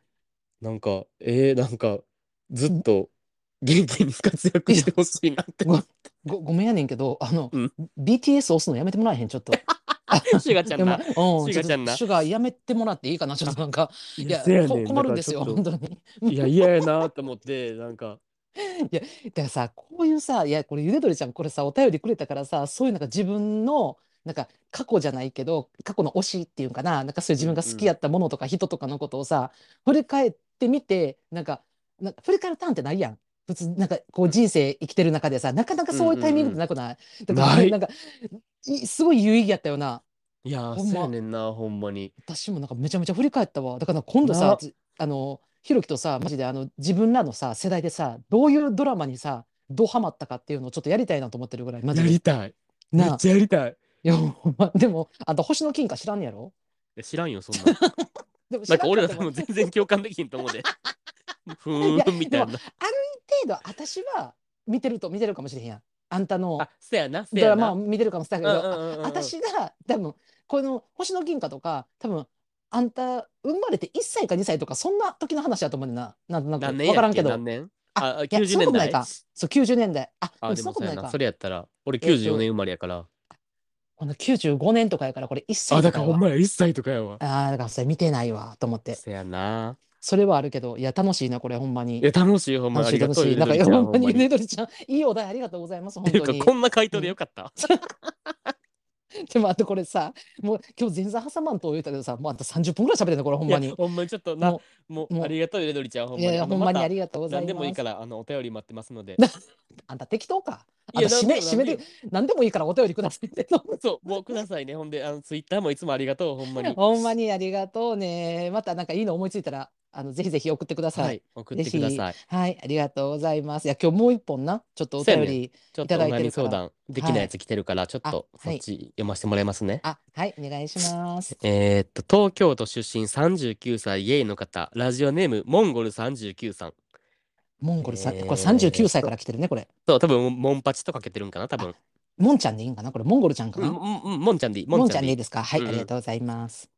なんかえー、なんかずっと元気に活躍してほしいなっていやごごめんやねんけど、あの、うん BTS 押すのやめてもらえへん、ちょっと。シュガちゃんなでもうん、シュガちゃんなょっとシュガやめてもらっていいかな、ちょっとなんか。いや、せこね困るんですよ、だから本ちょ当っとに。いや嫌やなと思ってなんかだからさ、こういうさ、いや、これ、ゆでどりちゃん、これさ、お便りくれたからさ、そういうなんか自分の、なんか過去じゃないけど、過去の推しっていうのかな、なんかそういう自分が好きやったものとか人とかのことをさ、振り返ってみて、なんか、なんか振り返るターンってないやん。普通、なんかこう人生生きてる中でさ、なかなかそういうタイミングってなくない、だからないなんか、いすごい有意義やったよな。いやほんませやねん なほんまに私もなんかめちゃめちゃ振り返ったわ。だから今度なさ、じあの、ひろきとさ、マジであの、自分らのさ、世代でさ、どういうドラマにさ、どうハマったかっていうのをちょっとやりたいなと思ってるぐらい、マジやで。りたいめなっあ、ちゃやりたいいいや、ほんまでも、あんた星の金貨知らんねやろや知らんよ そんなんでも知ならんかん俺からった多も分全然共感できひんと思う でふいやーんみたいでな程度、私は見てると見てるかもしれへんやん。あんたのあせやなせドやラなマを見てるかもしれんけうんど、うんあうんうん私が多分、この星の金貨とか、多分、あんた、生まれて1歳か2歳とか、そんな時の話やと思うねんな。なんとなく、何年やわっからんけけど。何年ああいや、 90そんなことな年い代か。そう、90年代。あ、あででももそんそなうやことないなかそ。れやったら俺えっと94年生まれやから、この95年とかやから、これ1歳あとだかからやほわんまや1歳とかやわあーだからそれ見てないわ、と思って。せやなそれはあるけど、いや、楽しいな、これ、ほんまいにや。楽しいほんま楽ありしい、が楽とうしい。なんか、いやゆほどりちゃんまに、ほんまねどりちゃん、いいお題ありがとうございます、っ本ていう当かにこ。んな回答でよかった、でも、あとこれさ、もう今日全然挟まんと言うたけどさ、もうあと30分ぐらい喋ってんの、これ、ほいんまやに。 ほんまにちょっとなももうもうありがとうゆどりちゃんほんう、まにいやいや、あのほんまにたありがとうござい何まです。もいいからあのお便り待ってますのであんた適当か。あいんやた締なめ、んでよ締めで、何でもいいからお便りくださ いって。そうもうください ねほんであのツイッターもいつもありがとうほんまにほんまにありがとうね。またなんかいいの思いついたらあのぜひぜひ送ってください。はい、送ってください。はい、ありがとうございます。いや、今日もう一本な、ちょっとお便そうやり、ちょっいとおただいて悩みるから相談できないやつ来てるから、ちょっとあそはっいち読ませてもらいますね。あ、はい、お願いします。えーっと、東京都出身39歳、イエイの方、ラジオネーム、モンゴル39さん。モンゴルさん、えーこれ三十九歳から来てるね、これ。そう、多分モンパチとかけてるんかな、多分。モンちゃんでいいんかな、これモンゴルちゃんかうん、うな。ん、うんモンちゃんでいい。モモンンちちゃゃんんででいいいい。ですか。はい、うんありがとうございます。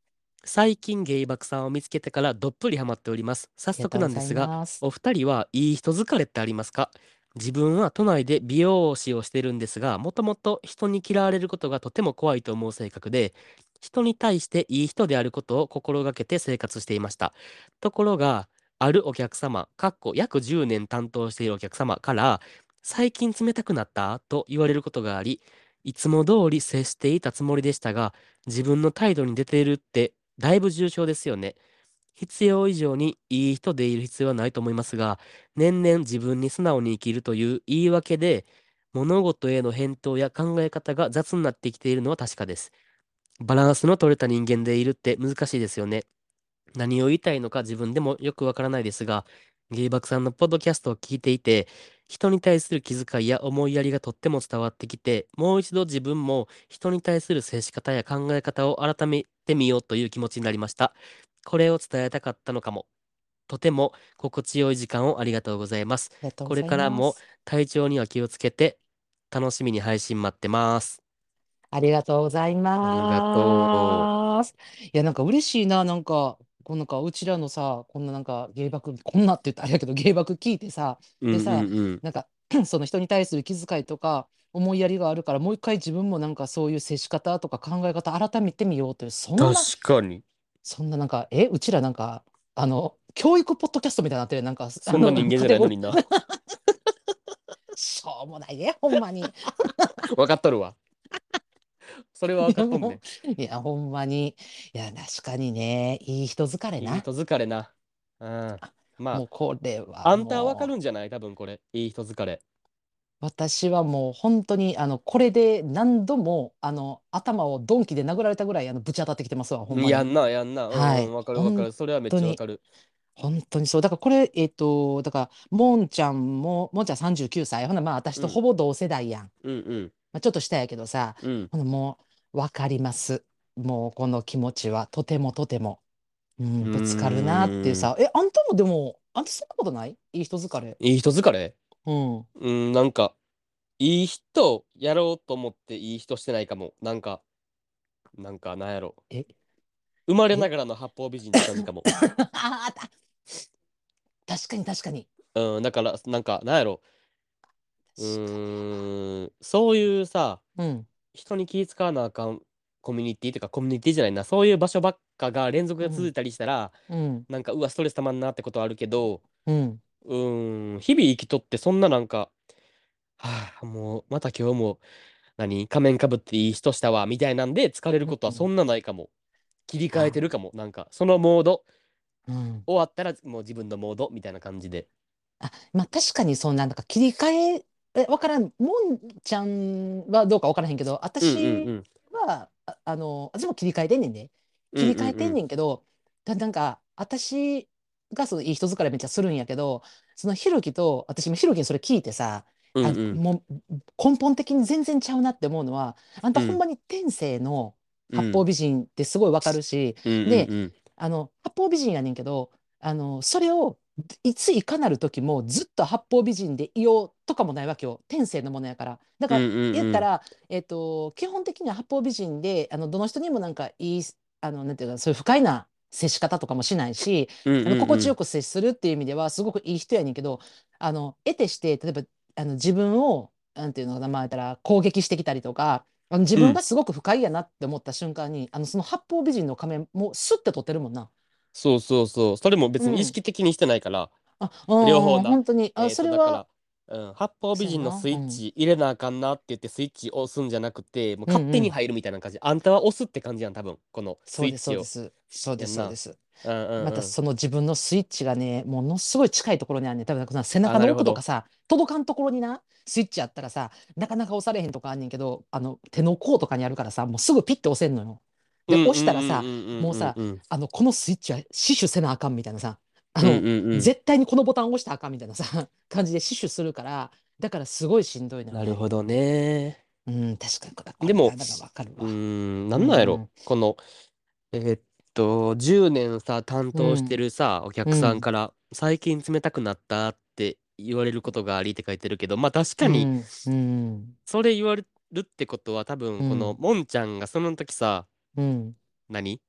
最近ゲイバクさんを見つけてからどっぷりハマっております。早速なんですありが、とうございますお二人はいい人疲れってありますか自分は都内で美容師をしてるんですが、もともと人に嫌われることがとても怖いと思う性格で、人に対していい人であることを心がけて生活していました。ところが、あるお客様、かっこ約10年担当しているお客様から、最近冷たくなったと言われることがあり、いつも通り接していたつもりでしたが、自分の態度に出ているってだいぶ重症ですよね。必要以上にいい人でいる必要はないと思いますが、年々自分に素直に生きるという言い訳で、物事への返答や考え方が雑になってきているのは確かです。バランスの取れた人間でいるって難しいですよね。何を言いたいのか自分でもよくわからないですが、ゲイバクさんのポッドキャストを聞いていて、人に対する気遣いや思いやりがとっても伝わってきて、もう一度自分も人に対する接し方や考え方を改めてみようという気持ちになりました。これを伝えたかったのかも。とても心地よい時間をありがとうございます。ありがとこうございれます。からも体調には気をつけて、楽しみに配信待ってます。ありがとうございます。いや、なんか嬉しいな、なんか、こうなんか、うちらのさ、こんななんか、芸爆、こんなって言ったらあれやけど、芸爆聞いてさ、うんさうんうんなんか、 その人に対する気遣いとか、思いやりがあるから、もう一回自分もなんか、そういう接し方とか考え方、改めてみようという、そんな、確かに。そんななんか、え、うちらなんか、あの、教育ポッドキャストみたいになってる、なんか、そんなあの人間じゃないのカテゴリみんな。ーしょうもないね、ほんまに。 分かっとるわ。それは分かっとんね。いや、ほんまに。いや、確かにね、いい人疲れいいな。人疲れな。うん。まあもう、これはあんたはもう分かるんじゃない多分これ。いい人疲れ。私はもう本当にあのこれで何度もあの頭を鈍器で殴られたぐらいあのぶち当たってきてますわほんまやにんな、やんな。うん、はい分かる分かる。それはめっちゃ分かる。本当にそうだからこれえっ、とだからもんちゃんももんちゃん39歳ほなまあ私とほぼ同世代やん、うんうんまあ、ちょっと下やけどさうん。ほなもう分かりますもうこの気持ちはとてもとても、うん、ぶつかるなっていうさえあんたもでもあんたそんなことないいい人疲れいい人疲れうん うん、なんか、いい人やろうと思っていい人してないかも。なんか、なんか、なんやろ。え生まれながらの八方美人って感じかも。あああた確かに確かにうん、だから、なんか、なんやろ。う確かにーん、そういうさ、うん人に気遣わなあかんコミュニティとか、コミュニティじゃないな、そういう場所ばっかが連続で続いたりしたら、うんなんか、うわ、ストレスたまんなってことはあるけど、うんうーん、日々生きとって、そんななんか、はあ、もう、また今日も、何、仮面かぶっていい人したわ、みたいなんで、疲れることはうんうんそんなないかも。切り替えてるかも、なんか、そのモード、うん、終わったらもう自分のモードみたいな感じで。あまあ確かにそんななんか切り替ええわからんもんちゃんはどうかわからへんけどうん私うは、んうん。ああの私も切り替えてんねんね切り替えてんねんけど、だなんか私がそのいい人疲れめっちゃするんやけどそのひろきと私もひろきにそれ聞いてさ、うんうあんうんもう根本的に全然ちゃうなって思うのはあんたうんほんまに天性のうん八方美人ってすごいわかるし、うんうんでうんあの八方美人やねんけどあのそれをいついかなる時もずっと八方美人でいようとかもないわけよ天性のものやからだから、うんうん言ったら、えっと基本的には八方美人であのどの人にもなんかいいあのなんていうかそういう不快な接し方とかもしないし、うんあの心地よく接するっていう意味ではすごくいい人やねんけどあの得てして例えばあの自分をなんていうのかなまあ言ったら攻撃してきたりとかあの自分がすごく不快やなって思った瞬間に、あのその八方美人の仮面もうスッて取ってるもんな。そうそうそうそれも別に意識的にしてないから、あ、両方うんな本当に、えーあ、とそれだは、から、うん、八方美人のスそうイやなッチ入れなあかんなって言ってスイッチ押すんじゃなくてもう勝手に入るみたいな感じ、あんたは押すって感じやん多分このスそうイッです、チそうをです。そうです、やそんなうです。うんうんうんまたその自分のスイッチがね、ものすごい近いところにあるねん。多分なんかさ背あ中なのるほ奥どとかさ、届かんところにな、スイッチあったらさ、なかなか押されへんとかあんねんけど、あの、手の甲とかにあるからさ、もうすぐピッて押せんのよ。で、うんうんうんうん押したらさ、んんんんもうさんんあの、このスイッチは死守せなあかんみたいなさ、あうんの、うんうん絶対にこのボタン押したらあかんみたいなさ、 感じで死守するから、だからすごいしんどいのよなねるほどね。うん、確かにこれ、でもこれはわかるうわー。ん、なんなんやうんろ、この、えーっと、10年さ、担当してるさ、お客さんから、最近冷たくなったって言われることがありって書いてるけど、まあ確かうに、ん、うん、それ言われるってことは、多分この、うもんちゃんがその時さ、うん、何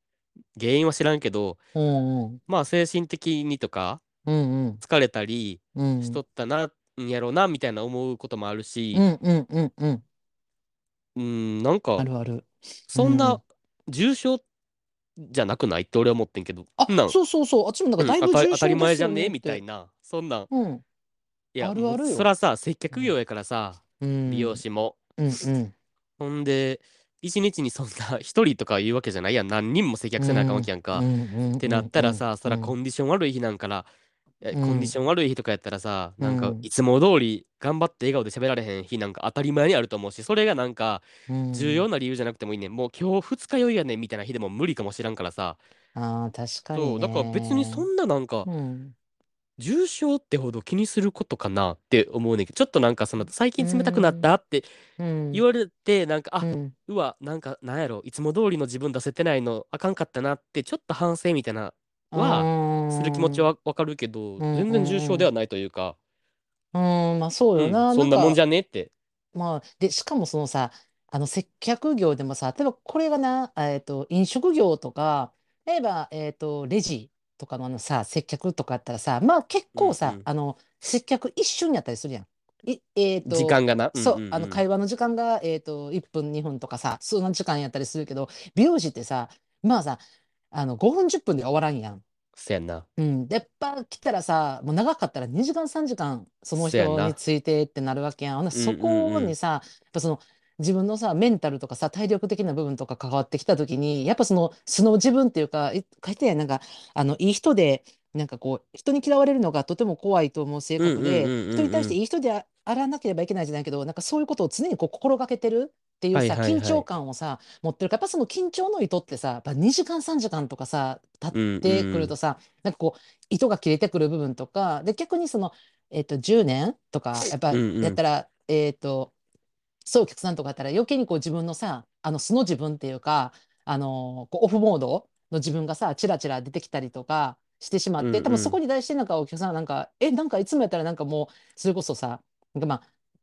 原因は知らんけど、うん、うん、まあ精神的にとか、うん、疲れたりうん、しとったな、んやろうな、みたいな思うこともあるしう、ん、うん、うん、うん、うーん、なんかあ、るある。そんうんな、重症じゃなくないって俺は思ってんけど、あそんなんそうそうそう、あっちもなんかうんだいぶ当た重当たり症前ですじゃよねねえっみたていなそんなんうん、いやあるあるよもうそらさ接客業やからさ、うん、美容師もうん、うん、ほんで一日にそんな一人とかいうわけじゃないやん何人も接客せなあかんわけやんか、うっんうんてなったらさ、うんそらうんコンディション悪い日なんから、えうんコンディション悪い日とかやったらさ、なんうかんいつも通り頑張って笑顔で喋られへん日なんか当たり前にあると思うしそれがなんかうん重要な理由じゃなくてもいいねん、もう今日二日酔いやねんみたいな日でも無理かもしらんからさ、ああ、確かにそうだから別にそねんななんか、うん重症ってほど気にすることかなって思うねんけどちょっとなんかその最近冷たくなったってうん言われてなんかあうんうわなんかなんやろいつも通りの自分出せてないのあかんかったなってちょっと反省みたいなはする気持ちはわかるけどん全然重症ではないというかうん、まあそううよんな。そんなもんじゃ。ゃねってまあ、で、しかもそのさ、あの接客業でもさ、例えばこれがな、えっと、飲食業とか、例えば、えっと、レジとかのあのさ、接客とかあったらさ、まあ結う構んさうん、あの、接客一瞬やったりするやん。い、えっと、時間がなそう、んんんあの会話の時間が、えー、と1分2分とかさそんな時間やったりするけど美容師ってさまあさあの5分10分では終わらんやん。せやんなうん、でやっぱ来たらさもう長かったら2時間3時間そのそやん人なについてってなるわけやん。ほんでうんそこにさやっぱその自分のさメンタルとかさ体力的な部分とか関わってきた時にやっぱその素の自分っていうかい書いてないなんかあのいい人でなんかこう人に嫌われるのがとても怖いと思う性格うんうんうんうんうんで人に対していい人でああらなければいけないじゃないけどなんかそういうことを常にこう心がけてるっていうはいさはいはい緊張感をさ持ってるからやっぱその緊張の糸ってさやっぱ2時間3時間とかさ経ってってくるとさ、なんかこう糸が切れてくる部分とかで逆にその、えっと10年とかやっぱうんうんやったら、えっとそういうお客さんとかだったら余計にこう自分のさあの素の自分っていうかあのこうオフモードの自分がさチラチラ出てきたりとかしてしまって、うんうん多分そこに対してなんかお客さんはなんかえなんかいつもやったらなんかもうそれこそさなんかまあ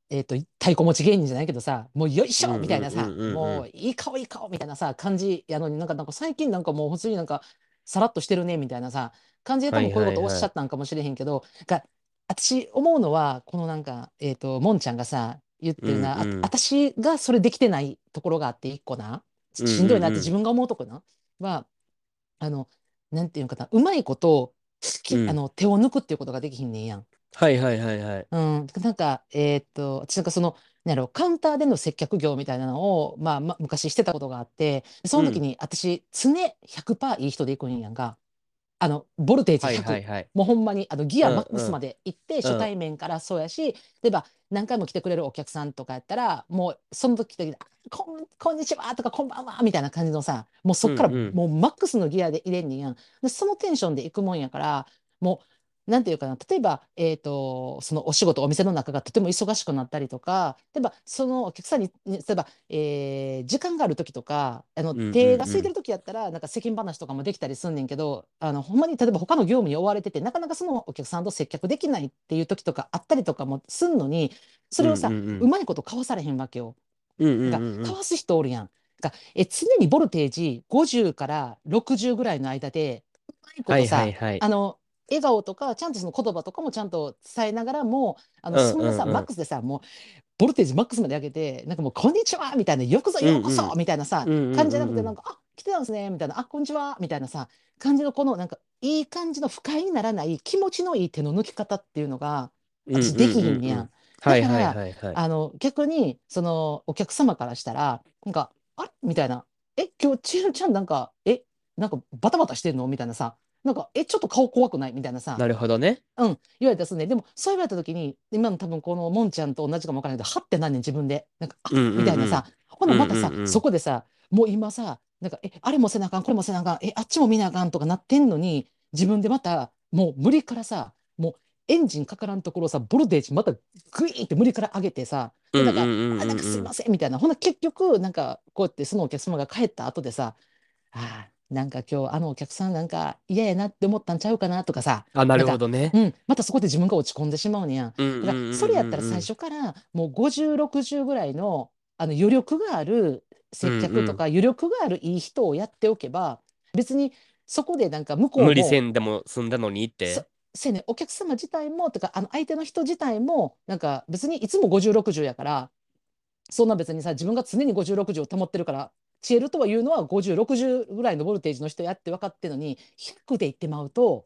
えっと太鼓持ち芸人じゃないけどさもうよいしうんうょんみたいなさうんうんうんもういい顔いい顔みたいなさ感じやのになんかなんか最近なんかもう普通になんかさらっとしてるねみたいなさ感じで多分こういうことおっしゃったんかもしれへんけど、が私思うのはこのなんかえっ、ともんちゃんがさ言ってるな、あうんうん私がそれできてないところがあって一個なうんうんうんしんどいなって自分が思うとこな、はあのなんていうのかなうまいことき、うんあの手を抜くっていうことができひんねんやん。はいはいはいはいうん、なんか、えーっと、私なんかその、なんやろ、カウンターでの接客業みたいなのを、まあ、ま昔してたことがあって、その時に私、常100%いい人で行くんやんか。あの、ボルテージはい100。はいはいもうほんまに、あの、ギアうんマックスまで行って、ん初対面からそうやし、例えば、何回も来てくれるお客さんとかやったら、もう、その時々、あこん、こんにちはとか、こんばんはみたいな感じのさ、もうそっから、うんうんもうマックスのギアで入れんねんやん。で、そのテンションで行くもんやから、もう、なんていうかな、例えば、えっと、そのお仕事、お店の中がとても忙しくなったりとか、例えば、そのお客さんに、に例えば、えー時間がある時とか、あの、うんうんうん手が空いてる時やったら、なんか世間話とかもできたりすんねんけど、あの、ほんまに、例えば他の業務に追われてて、なかなかそのお客さんと接客できないっていう時とかあったりとかもすんのに、それをさ、うんうんうんうまいこと交わされへんわけよ。うんうんうがんうんかわす人おるやん。がえ常にボルテージ50から60ぐらいの間でうまいこはいとさ、はいはいあの笑顔とかちゃんとその言葉とかもちゃんと伝えながらもあのうんそんなさ、うんうんマックスでさもうボルテージマックスまで上げてなんかもう「こんにちは」みたいな「よくぞようこそ」うんうみたいなさ、うんうんうんうん感じじゃなくてなんか「あ来てたんですね」みたいな「あこんにちは」みたいなさ感じのこのなんかいい感じの不快にならない気持ちのいい手の抜き方っていうのが私できひんねやん。ううううはいはいだはいはいあの逆にそのお客様からしたらなんか「あれ?」みたいな「え今日千尋ちゃんなんかえなんかバタバタしてんの?」みたいなさなんか「えちょっと顔怖くない?」みたいなさなるほどねうん、言われたらすね。でも、そう言われたときに、今の多分このもんちゃんと同じかもわからないけど、はってなんねん、自分で。なんか、あうんうんうんみたいなさ。ほな、またさ、うんうんうんそこでさ、もう今さ、なんか、え、あれもせなあかん、これもせなあかん、え、あっちも見なあかんとかなってんのに、自分でまた、もう無理からさ、もうエンジンかからんところをさ、ボルテージまたグイーンって無理から上げてさ、うんなんかうんうんうんあ、なんかすいうんませんみたいな。ほな結局、なんかこうやってそのお客様が帰った後でさ、ああ、なんか今日あのお客さんなんか嫌やなって思ったんちゃうかなとかさ、あ、なるほどねう。ん、またそこで自分が落ち込んでしまうねやん。だかうんうんうんうんうらんそれやったら最初からもう5060ぐらいのあの余力がある接客とか余力があるいい人をやっておけば別にそこでなんか向こうも無理せんでも済んだのにって。そせやねんお客様自体もとかあの相手の人自体もなんか別にいつも5060やからそんな別にさ自分が常に5060を保ってるから知恵るとはいうのは5060ぐらいのボルテージの人やって分かってるのに100でいってまうと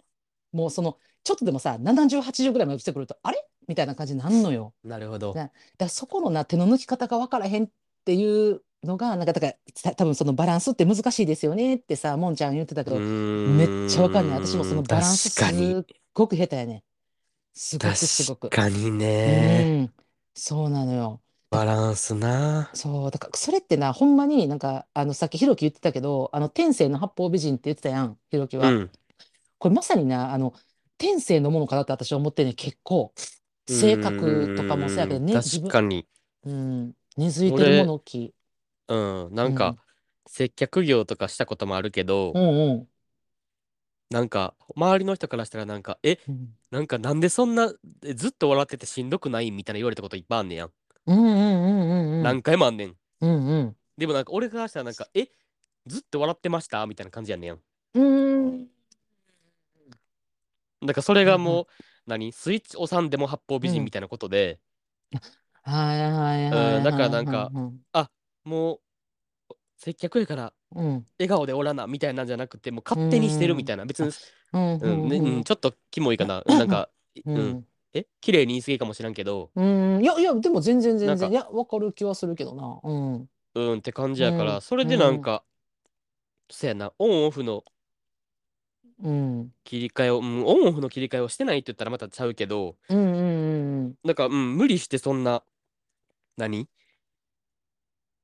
もうそのちょっとでもさ7080ぐらいまで来てくるとあれみたいな感じになんのよ。なるほど。なだからそこのな手の抜き方が分からへんっていうのがなんかだからた多分そのバランスって難しいですよねってさもんちゃん言ってたけど、めめっちゃわかんない私もそのバランスすっ確かに。ごく下手やねすごくすご確く、かにね。うんそうなのよバランスな。そうだからそれってなほんまになんかあのさっきひろき言ってたけどあの天性の八方美人って言ってたやんひろきうは、ん。これまさになあの天性のものかなって私は思ってんねん結構性格とかもそうやけどねうん自確分かに。うん、根付いてるものきうん。なんうかん、接客業とかしたこともあるけどう、んうんなんか、周りの人からしたらなんか、え、うんなんかなんでそんな、えずっと笑っててしんどくないみたいな言われたこといっぱいあんねやん。うんうんうんうんうん何回もあんねん。うんうんでもなんか、俺からしたらなんか、え、ずっと笑ってましたみたいな感じやねん。うんなんかそれがうんもう、何スイッチ押さんでも八方美うん人みたいなことで、はいはいはいうんだからなんかはいもう、接客やからはいうん笑顔でおらなみたいなんじゃなくて、もう勝手にしてるみたいな。別に、うんううんんねうんうんちょっとキモいかな。なん か、ううん。んえ綺麗に言い過ぎかもしらんけど、うん、いやいやでも全然なん全か然いやわかる気はするけどなうんうんって感じやかうら、んそれでなんか、そやな、オンオフのうん切り替えを、うん、オンオフの切り替えをしてないって言ったらまたちゃうけど、うんうんうんなんか、うん、無理してそんな、何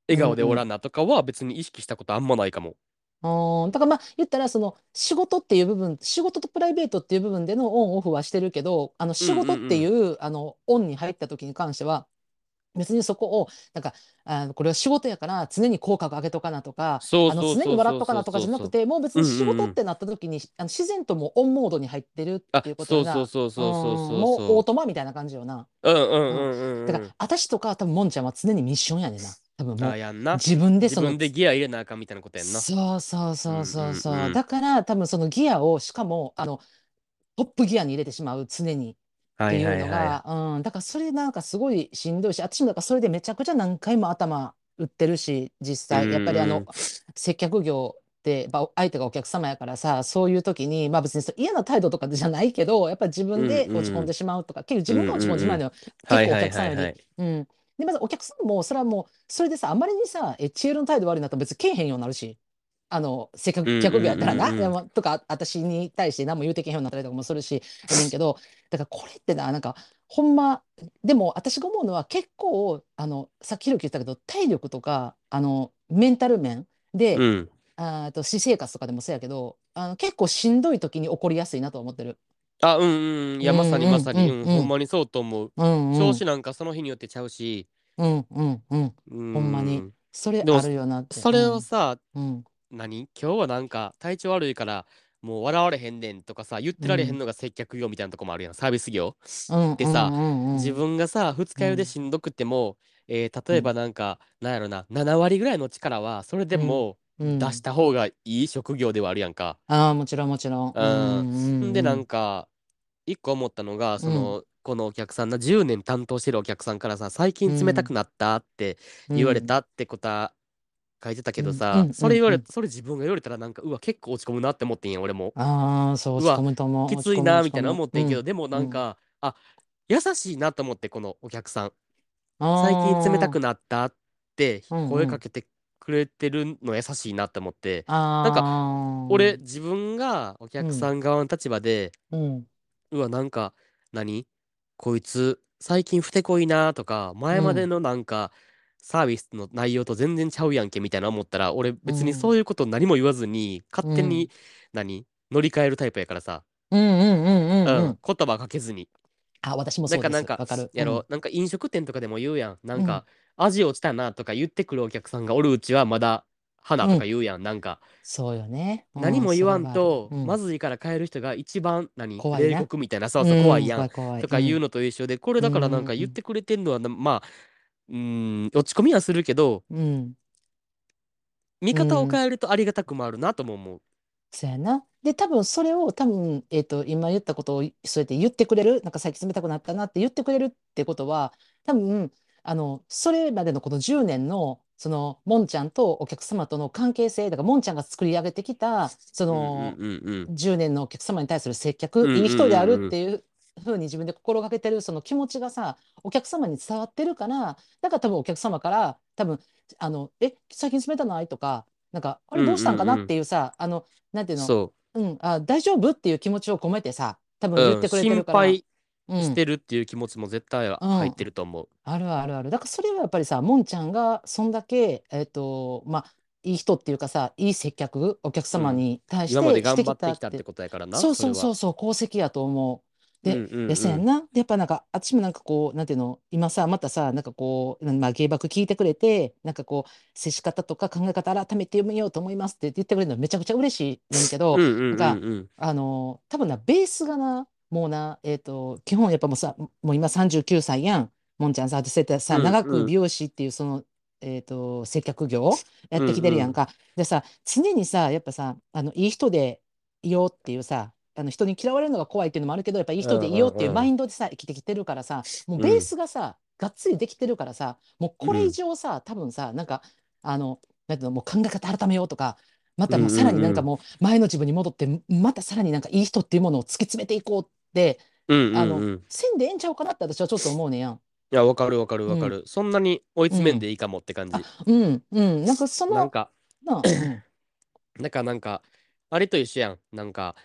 笑顔でおらなとかは別に意識したことあんまないかも。うんあーだからまあ言ったらその仕事っていう部分仕事とプライベートっていう部分でのオンオフはしてるけどあの仕事っていう,、あのオンに入った時に関しては別にそこをなんかあのこれは仕事やから常に口角上げとかなとかそうあそのう常そにう笑そっうとかなとかじゃなそうくてもう別に仕うんうん事うんってなった時にあの自然ともうオンモードに入ってるあっていうこそとうがそうそうそうそううそんうもうオーそトマみたいな感じよな。ううんうんうんうんうんだから、私とか、多分もんちゃんは常にミッションやねんな。多分もあう、やんな自分で自その分、でギア入れなあかんみたいなことやんなそうそうそうそうそう。うんうんうんだから、多分そのギアを、しかも、あの、トップギアに入れてしまう、常に。っていうのが、うん、だからそれなんかすごいしんどいし、私もなんかそれでめちゃくちゃ何回も頭打ってるし、実際、やっぱりあうのん、接客業って、まあ相手がお客様やからさ、そういう時に、まあ別にそう嫌な態度とかじゃないけど、やっぱり自分でうんうん落ち込んでしまうとか、結局自分が落ち込んでしまうのよ。結構はいおはい客さはんよいりは。いうん。で、まずお客さんも、それはもう、それでさ、あまりにさ、え、チエルの態度悪いなと別にけえへんようになるし、あの、せっかうんうくん客業やったらうな、んうんでもとか、私に対して何も言うてけへんようになったりとかもするし、やねんけど、だからこれってな、なんか、ほんま、でも私が思うのは結構、あの、さっきひろき言ったけど、体力とか、あの、メンタル面で、うんあーあと私生活とかでもそうやけど、あの、結構しんどい時に起こりやすいなとは思ってる。あうんうんいやまさにまさにうんうんうんうんほんまにそうと思ううんうん、調子なんかその日によってちゃうしうんうんうん。ほほんまに。それでもあるよなって。それうをんさうん何今日はなんか体調悪いからもう笑われへんねんとかさ言ってられへんのが接客業みたいなとこもあるやんサービス業でさうんうんうんうん自分がさ二日酔いでしんどくても、えー例えばなんか、なんやろな7割ぐらいの力はそれでもうん出した方がいい職業ではあるやんか。ああもちろんもちろん。うんうんうんでなんか一個思ったのがその、このお客さんな10年担当してるお客さんからさ最近冷たくなったって言われたって答え書いてたけどうんさ、うんそれ言われ、うんそれ自分が言われたらなんかうわ結構落ち込むなって思ってんやん俺もうん。ああそううわ落ち込むと思うき落つち込いむな落ちみたいな込む思ってんけど、うんでもなんか、あ優しいなと思ってこのお客さんあ最ー近冷たくなったってうんうん声かけてくれてるの優しいなって思って、あなんかか俺自分がお客さん側の立場で、うんうわなんか何こいつ最近ふてこいなとか前までのなんかサービスの内容と全然ちゃうやんけみたいな思ったら俺別にそういうこと何も言わずに勝手うんに何乗り換えるタイプやからさうんうんうんううんうんん。言葉かけずに。あ、私もなそんうかです。なんかわかる。やうろん、なんか飲食店とかでも言うやん。なんか味落ちたなとか言ってくるお客さんがおるうちはまだ花とか言うやん。なんかそうよね。うん何も言わんとそれはあるうんまずいから帰る人が一番何怖いな冷酷みたいなそうそう怖いやうんん怖い怖いとか言うのと一緒でこれだからなんか言ってくれてんのはなまあうん落ち込みはするけどうんうん見方を変えるとありがたくもあるなとも思う。そうやな。で、多分それを、多分、えっと、今言ったことを、そうやって言ってくれる、なんか最近冷たくなったなって言ってくれるってことは、多分、あの、それまでのこの10年の、その、もんちゃんとお客様との関係性、だから、もんちゃんが作り上げてきた、その、うんうんうん10年のお客様に対するうん接うん客、うんうんいい人であるっていうふうに自分で心がけてるその気持ちがさ、お客様に伝わってるから、だから多分お客様から、多分あの、え、最近冷たないとか、なんか、あれどうしたんかなっていうさ、あの、なんてう、いうんの、そうん、あ、大丈夫っていう気持ちを込めてさ、多う、分言うっん、てくれて心るから。配うんしてるっていう気持ちも絶対入ってると思う。あるあるある。だからそれはやっぱりさ、もんちゃんがそんだけ、えっと、まあ、いい人っていうかさ、いい接客、お客様うんに対し今までて頑して張きってたきたっっててことやからな。そうそうれはそうそう、功績やと思う。で、うんうんうんで、そうやんな。で、やっぱなんか、あっちもなんかこう、なんていうの、今さ、またさ、なんかこう、まあ、芸爆聞いてくれて、なんかこう、接し方とか考え方改めて読みようと思いますって言ってくれるのめちゃくちゃ嬉しいねんけどう、んうんなうんんあの、多分な、ベースがな、もうな、えっと、基本やっぱもうさ、もう今39歳やん。もんちゃんさ、そうやってさ、うん長うくん美容師っていうその、えっと、接客業やってきてるやんか。でさ、常にさ、やっぱさ、あの、いい人でいようっていうさ、あの人に嫌われるのが怖いっていうのもあるけど、やっぱいい人でいようっていうんうんううんマインドでさ、生きてきてるからさ、もうベースがさ、がっつりできてるからさ、もうこれ以上さ、多分さ、なんか、あの、なんていうの、もう考え方改めようとか、またもうさらになんかもう前の自分に戻って、またさらになんかいい人っていうものを突き詰めていこうって、うんうん。あうんうんうんの、せんでええんちゃうかなって私はちょっと思うねんやん。いや、わかるわかるわかる。そんなに追い詰めんでいいかもって感じ。うん、うん、なんかそなんの、か、な、うんなんかなんか、あれと一緒やん。なんか、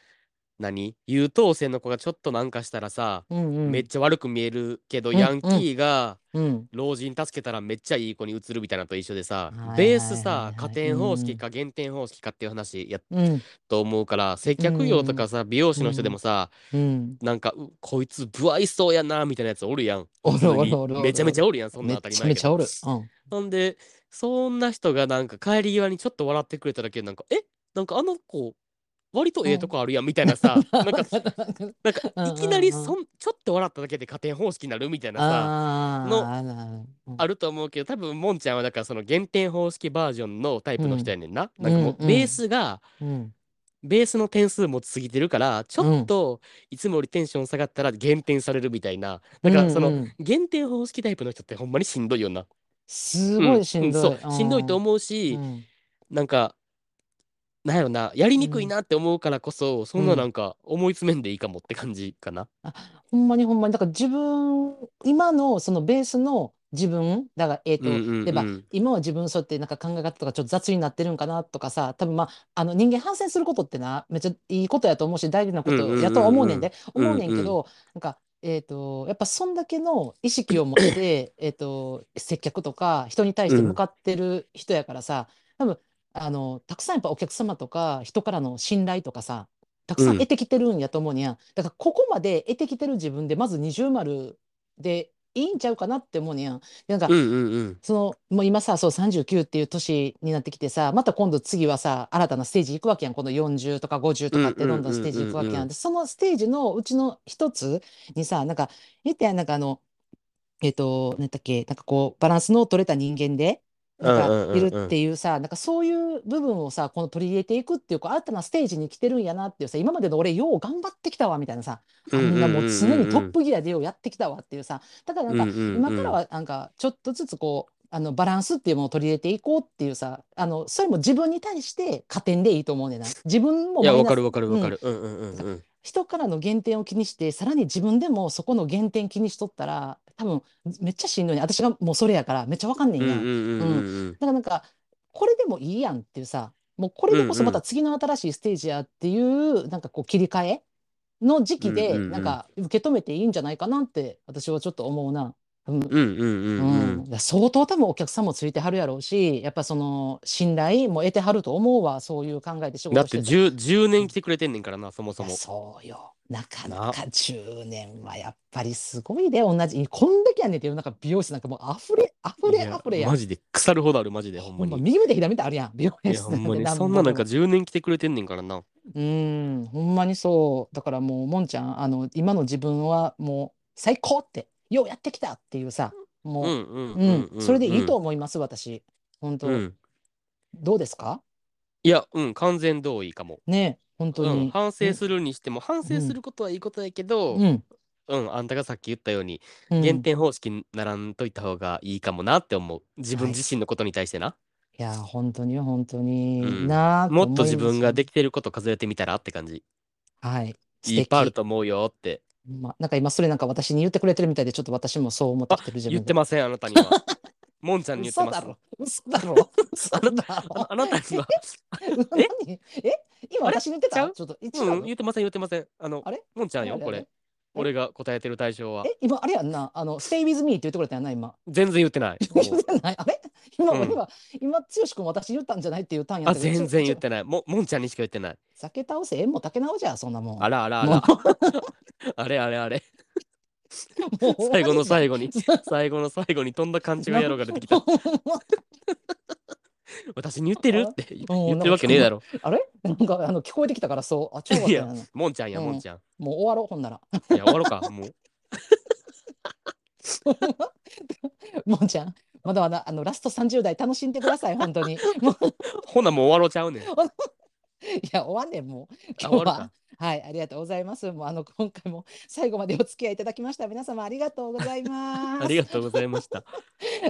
何優等生の子がちょっとなんかしたらさ、うん、うんめっちゃ悪く見えるけど、うんヤンキーがうん、老人助けたらめっちゃいい子に移るみたいなのと一緒でさはいはいはいは、いベースさ、加点方う式んか減点方式かっていう話やっうん、と思うから、接客業とかさ、美容師の人でもさ、うん、なんか、うこいつ、不愛想やな、みたいなやつおるやん。お普る通におるおるおるめちゃめちゃおるやん、そんめなっ当たりちゃめ前ちやゃおる。うん。ほんで、そんな人がなんか帰り際にちょっと笑ってくれただけで、なんか、えなんかあの子、割とええとこあるやん、みたいな さ、なんか、なんか、いきなりそん、ちょっと笑っただけで加点方式になるみたいなさ、あのあーなるほどあると思うけど、多分、もんちゃんはだからその減点方式バージョンのタイプの人やねんな。うんなんかもう、うんベースが、うん、ベースの点数も過ぎてるから、ちょっといつもよりテンション下がったら減点されるみたいな。だからそのうんうん減点方式タイプの人ってほんまにしんどいよな。すすごいしんどい。そう、しんどいと思うしう、んなんか、なんやろな、やりにくいなって思うからこそ、そんななんか思い詰めんでいいかもって感じかな。あ、ほんまにほんまに。だから自分、今のそのベースの自分、だから、えっうんうんうんと、例えば、今は自分そうやってなんか考え方とかちょっと雑になってるんかなとかさ、多分まあ、あの人間反省することってな、めっちゃいいことやと思うし、大事なこうんうんうんとうんやとは思うねんで、うんうん思うねんけど、なんか、えっと、やっぱそんだけの意識を持って、 えっと、接客とか人に対して向かってる人やからさ、多分、あの、たくさんやっぱお客様とか人からの信頼とかさ、たくさんうん得てきてるんやと思うにゃん。だからここまで得てきてる自分でまず二重丸でいいんちゃうかなって思うにゃん。でなんかうんうんうん。そのもう今さそう39っていう年になってきてさまた今度次はさ新たなステージ行くわけやんこの40とか50とかってどんどんステージ行くわうんうんうんけうんやうんんでそのステージのうちの一つにさなんか言ったやんなんかあのえっと何だっけなんかこうバランスの取れた人間でなんうんうんうんうかんいるっていうさなんかそういう部分をさこの取り入れていくっていうこう新たなステージに来てるんやなっていうさ今までの俺よう頑張ってきたわみたいなさあんなもう常にトップギアでようやってきたわっていうさだからなんか今からはなんかちょっとずつこうあのバランスっていうものを取り入れていこうっていうさあのそれも自分に対して加点でいいと思うねんな自分もいや、マわイナかスるわかるわかる。うんうんうんうん。人からの減点を気にしてさらに自分でもそこの減点気にしとったら多分めっちゃしんどいね私がもうそれやからめっちゃわかんねうんんうやん、んだうんうんからなんかこれでもいいやんっていうさもうこれでこそまた次の新しいステージやっていうなんかこう切り替えの時期うんうんでうんなんか受け止めていいんじゃないかなって私はちょっと思うな。うんうんうんうんうんうん、いや相当多分お客さんもついてはるやろうし、やっぱその信頼も得てはると思うわ、そういう考えで仕だ事っしててて。 10、10年来てくれてんねんからな、そもそいやも。そうよ。なかなか10年はやっぱりすごいで、同じ。こんだけやねんって世の中美容師なんかもう溢れ、溢いれや溢れやん。マジで腐るほどあるマジでほんまほんまに。右見て左見てあるやん、美容い室やほんまになんてそんななんか10年来てくれてんねんからな。うん、ほんまにそう。だからもう、もんちゃん、あの、今の自分はもう、最高って、ようやってきたっていうさ、うんもう、うんううんん、うん。それでいいと思います、私。本当、うん。どうですかいやうん完全同意かも。ねえ、本当うんに。反省するにしても反省することはいいことやけどう、ん、うんあんたがさっき言ったようにうん。減点方式にならんといた方がいいかもなって思う。自分自身のことに対してな。いや、本当に、本当に、うんなあともっと思い自分ますができてること数えてみたらって感じ。はい、素いっぱいある敵。と思うよって。まあ、なんか今、それなんか私に言ってくれてるみたいで、ちょっと私もそう思ってきてる自言っ分てが。ません、あなたに は。もんちゃんに言って嘘まだす。ろ、嘘だろ、あなた、ああなたには。え何 え今あれ私に言ってちゃたうちょっと、一う番ん、言ってません、言ってません。あのあれ、もんちゃんよ、あれこあれれ。俺が答えてる対象は。え、今、あれやんな、あの、stay with me って言ってくれたやんな、今。全然言って ない。言っもうてないあれ今、うん今、今、剛君私言ったんじゃないっていう単やあ、ったけど全然ちょ言ってない。も、もんちゃんにしか言ってない。ちょ酒倒せ、縁も竹直じゃ、そんなもん。あらあらあら。 あれあれあれ。もう最後の最 後に、最後の最後に飛んだ勘違い野郎が出てきた。私に言ってるって言うん言ってるわけねえだろ。あれ なんか、あの、聞こえてきたから、そう。あ、超い悪いやな。もうもんちゃんや、うんもんちゃん。終わろう、ほんなら。 いや、終わろうか、もう。もんちゃん、まだまだ、あの、ラスト30代楽しんでください、本当に。 もう、ほな、もう終わろうちゃ うねん。いや、終わんねん、もう。あ今終わ日るはか。はい、ありがとうございます。もう、あの、今回も最後までお付き合いいただきました。皆様、ありがとうございまあすり。がとうございました。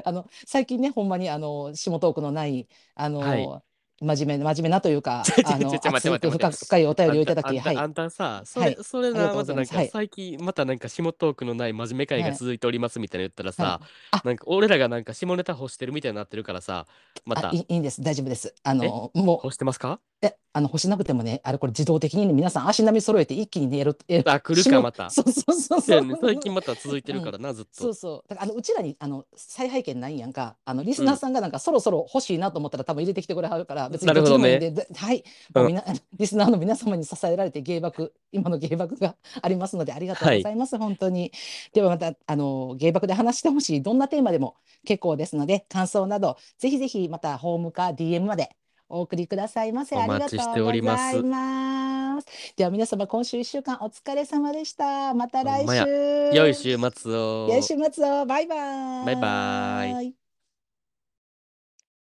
あの最近ねほんまにあの下トークのないあの、は真面目な真面目なというかちょちょあのちょちょ待って熱く待って深く深いお便りをいただあんきたはいあんたあんたさ、それ、はいそれありがとな、うごまざたないまんすかはい最近、またなんか下トークのない真面目会がはい続いておりますみたいなの言ったらさ、あなんか俺らがなんか下ネタ欲してるみたいになってるからさ、まあたいいいいんです大丈夫ですあのも欲してますかうえあの干しなくてもねあれこれ自動的にね皆さん足並み揃えて一気にねやるえあ、来るかまた。そうそうそうそうそやう、ね最近また続いてるからな、ずっそとう。そうだからあのうちらにあの再拝見ないんやんかあのリスナーさんがなんかそろそろ欲しいなと思ったら多分入れてきてくれはるから別になるほどねどっちでもいいんでではい、うんもうみな あのリスナーの皆様に支えられて芸爆今の芸爆がありますのでありがとうございます、本当にではまたあの芸爆で話してほしいどんなテーマでも結構ですので感想などぜひぜひまたホームか DM までお送りくださいませお待ちしておりますありがとうございますでは皆様今週一週間お疲れ様でしたまたほ来んまや週良い週末を。よい週末をバイバイバイバイ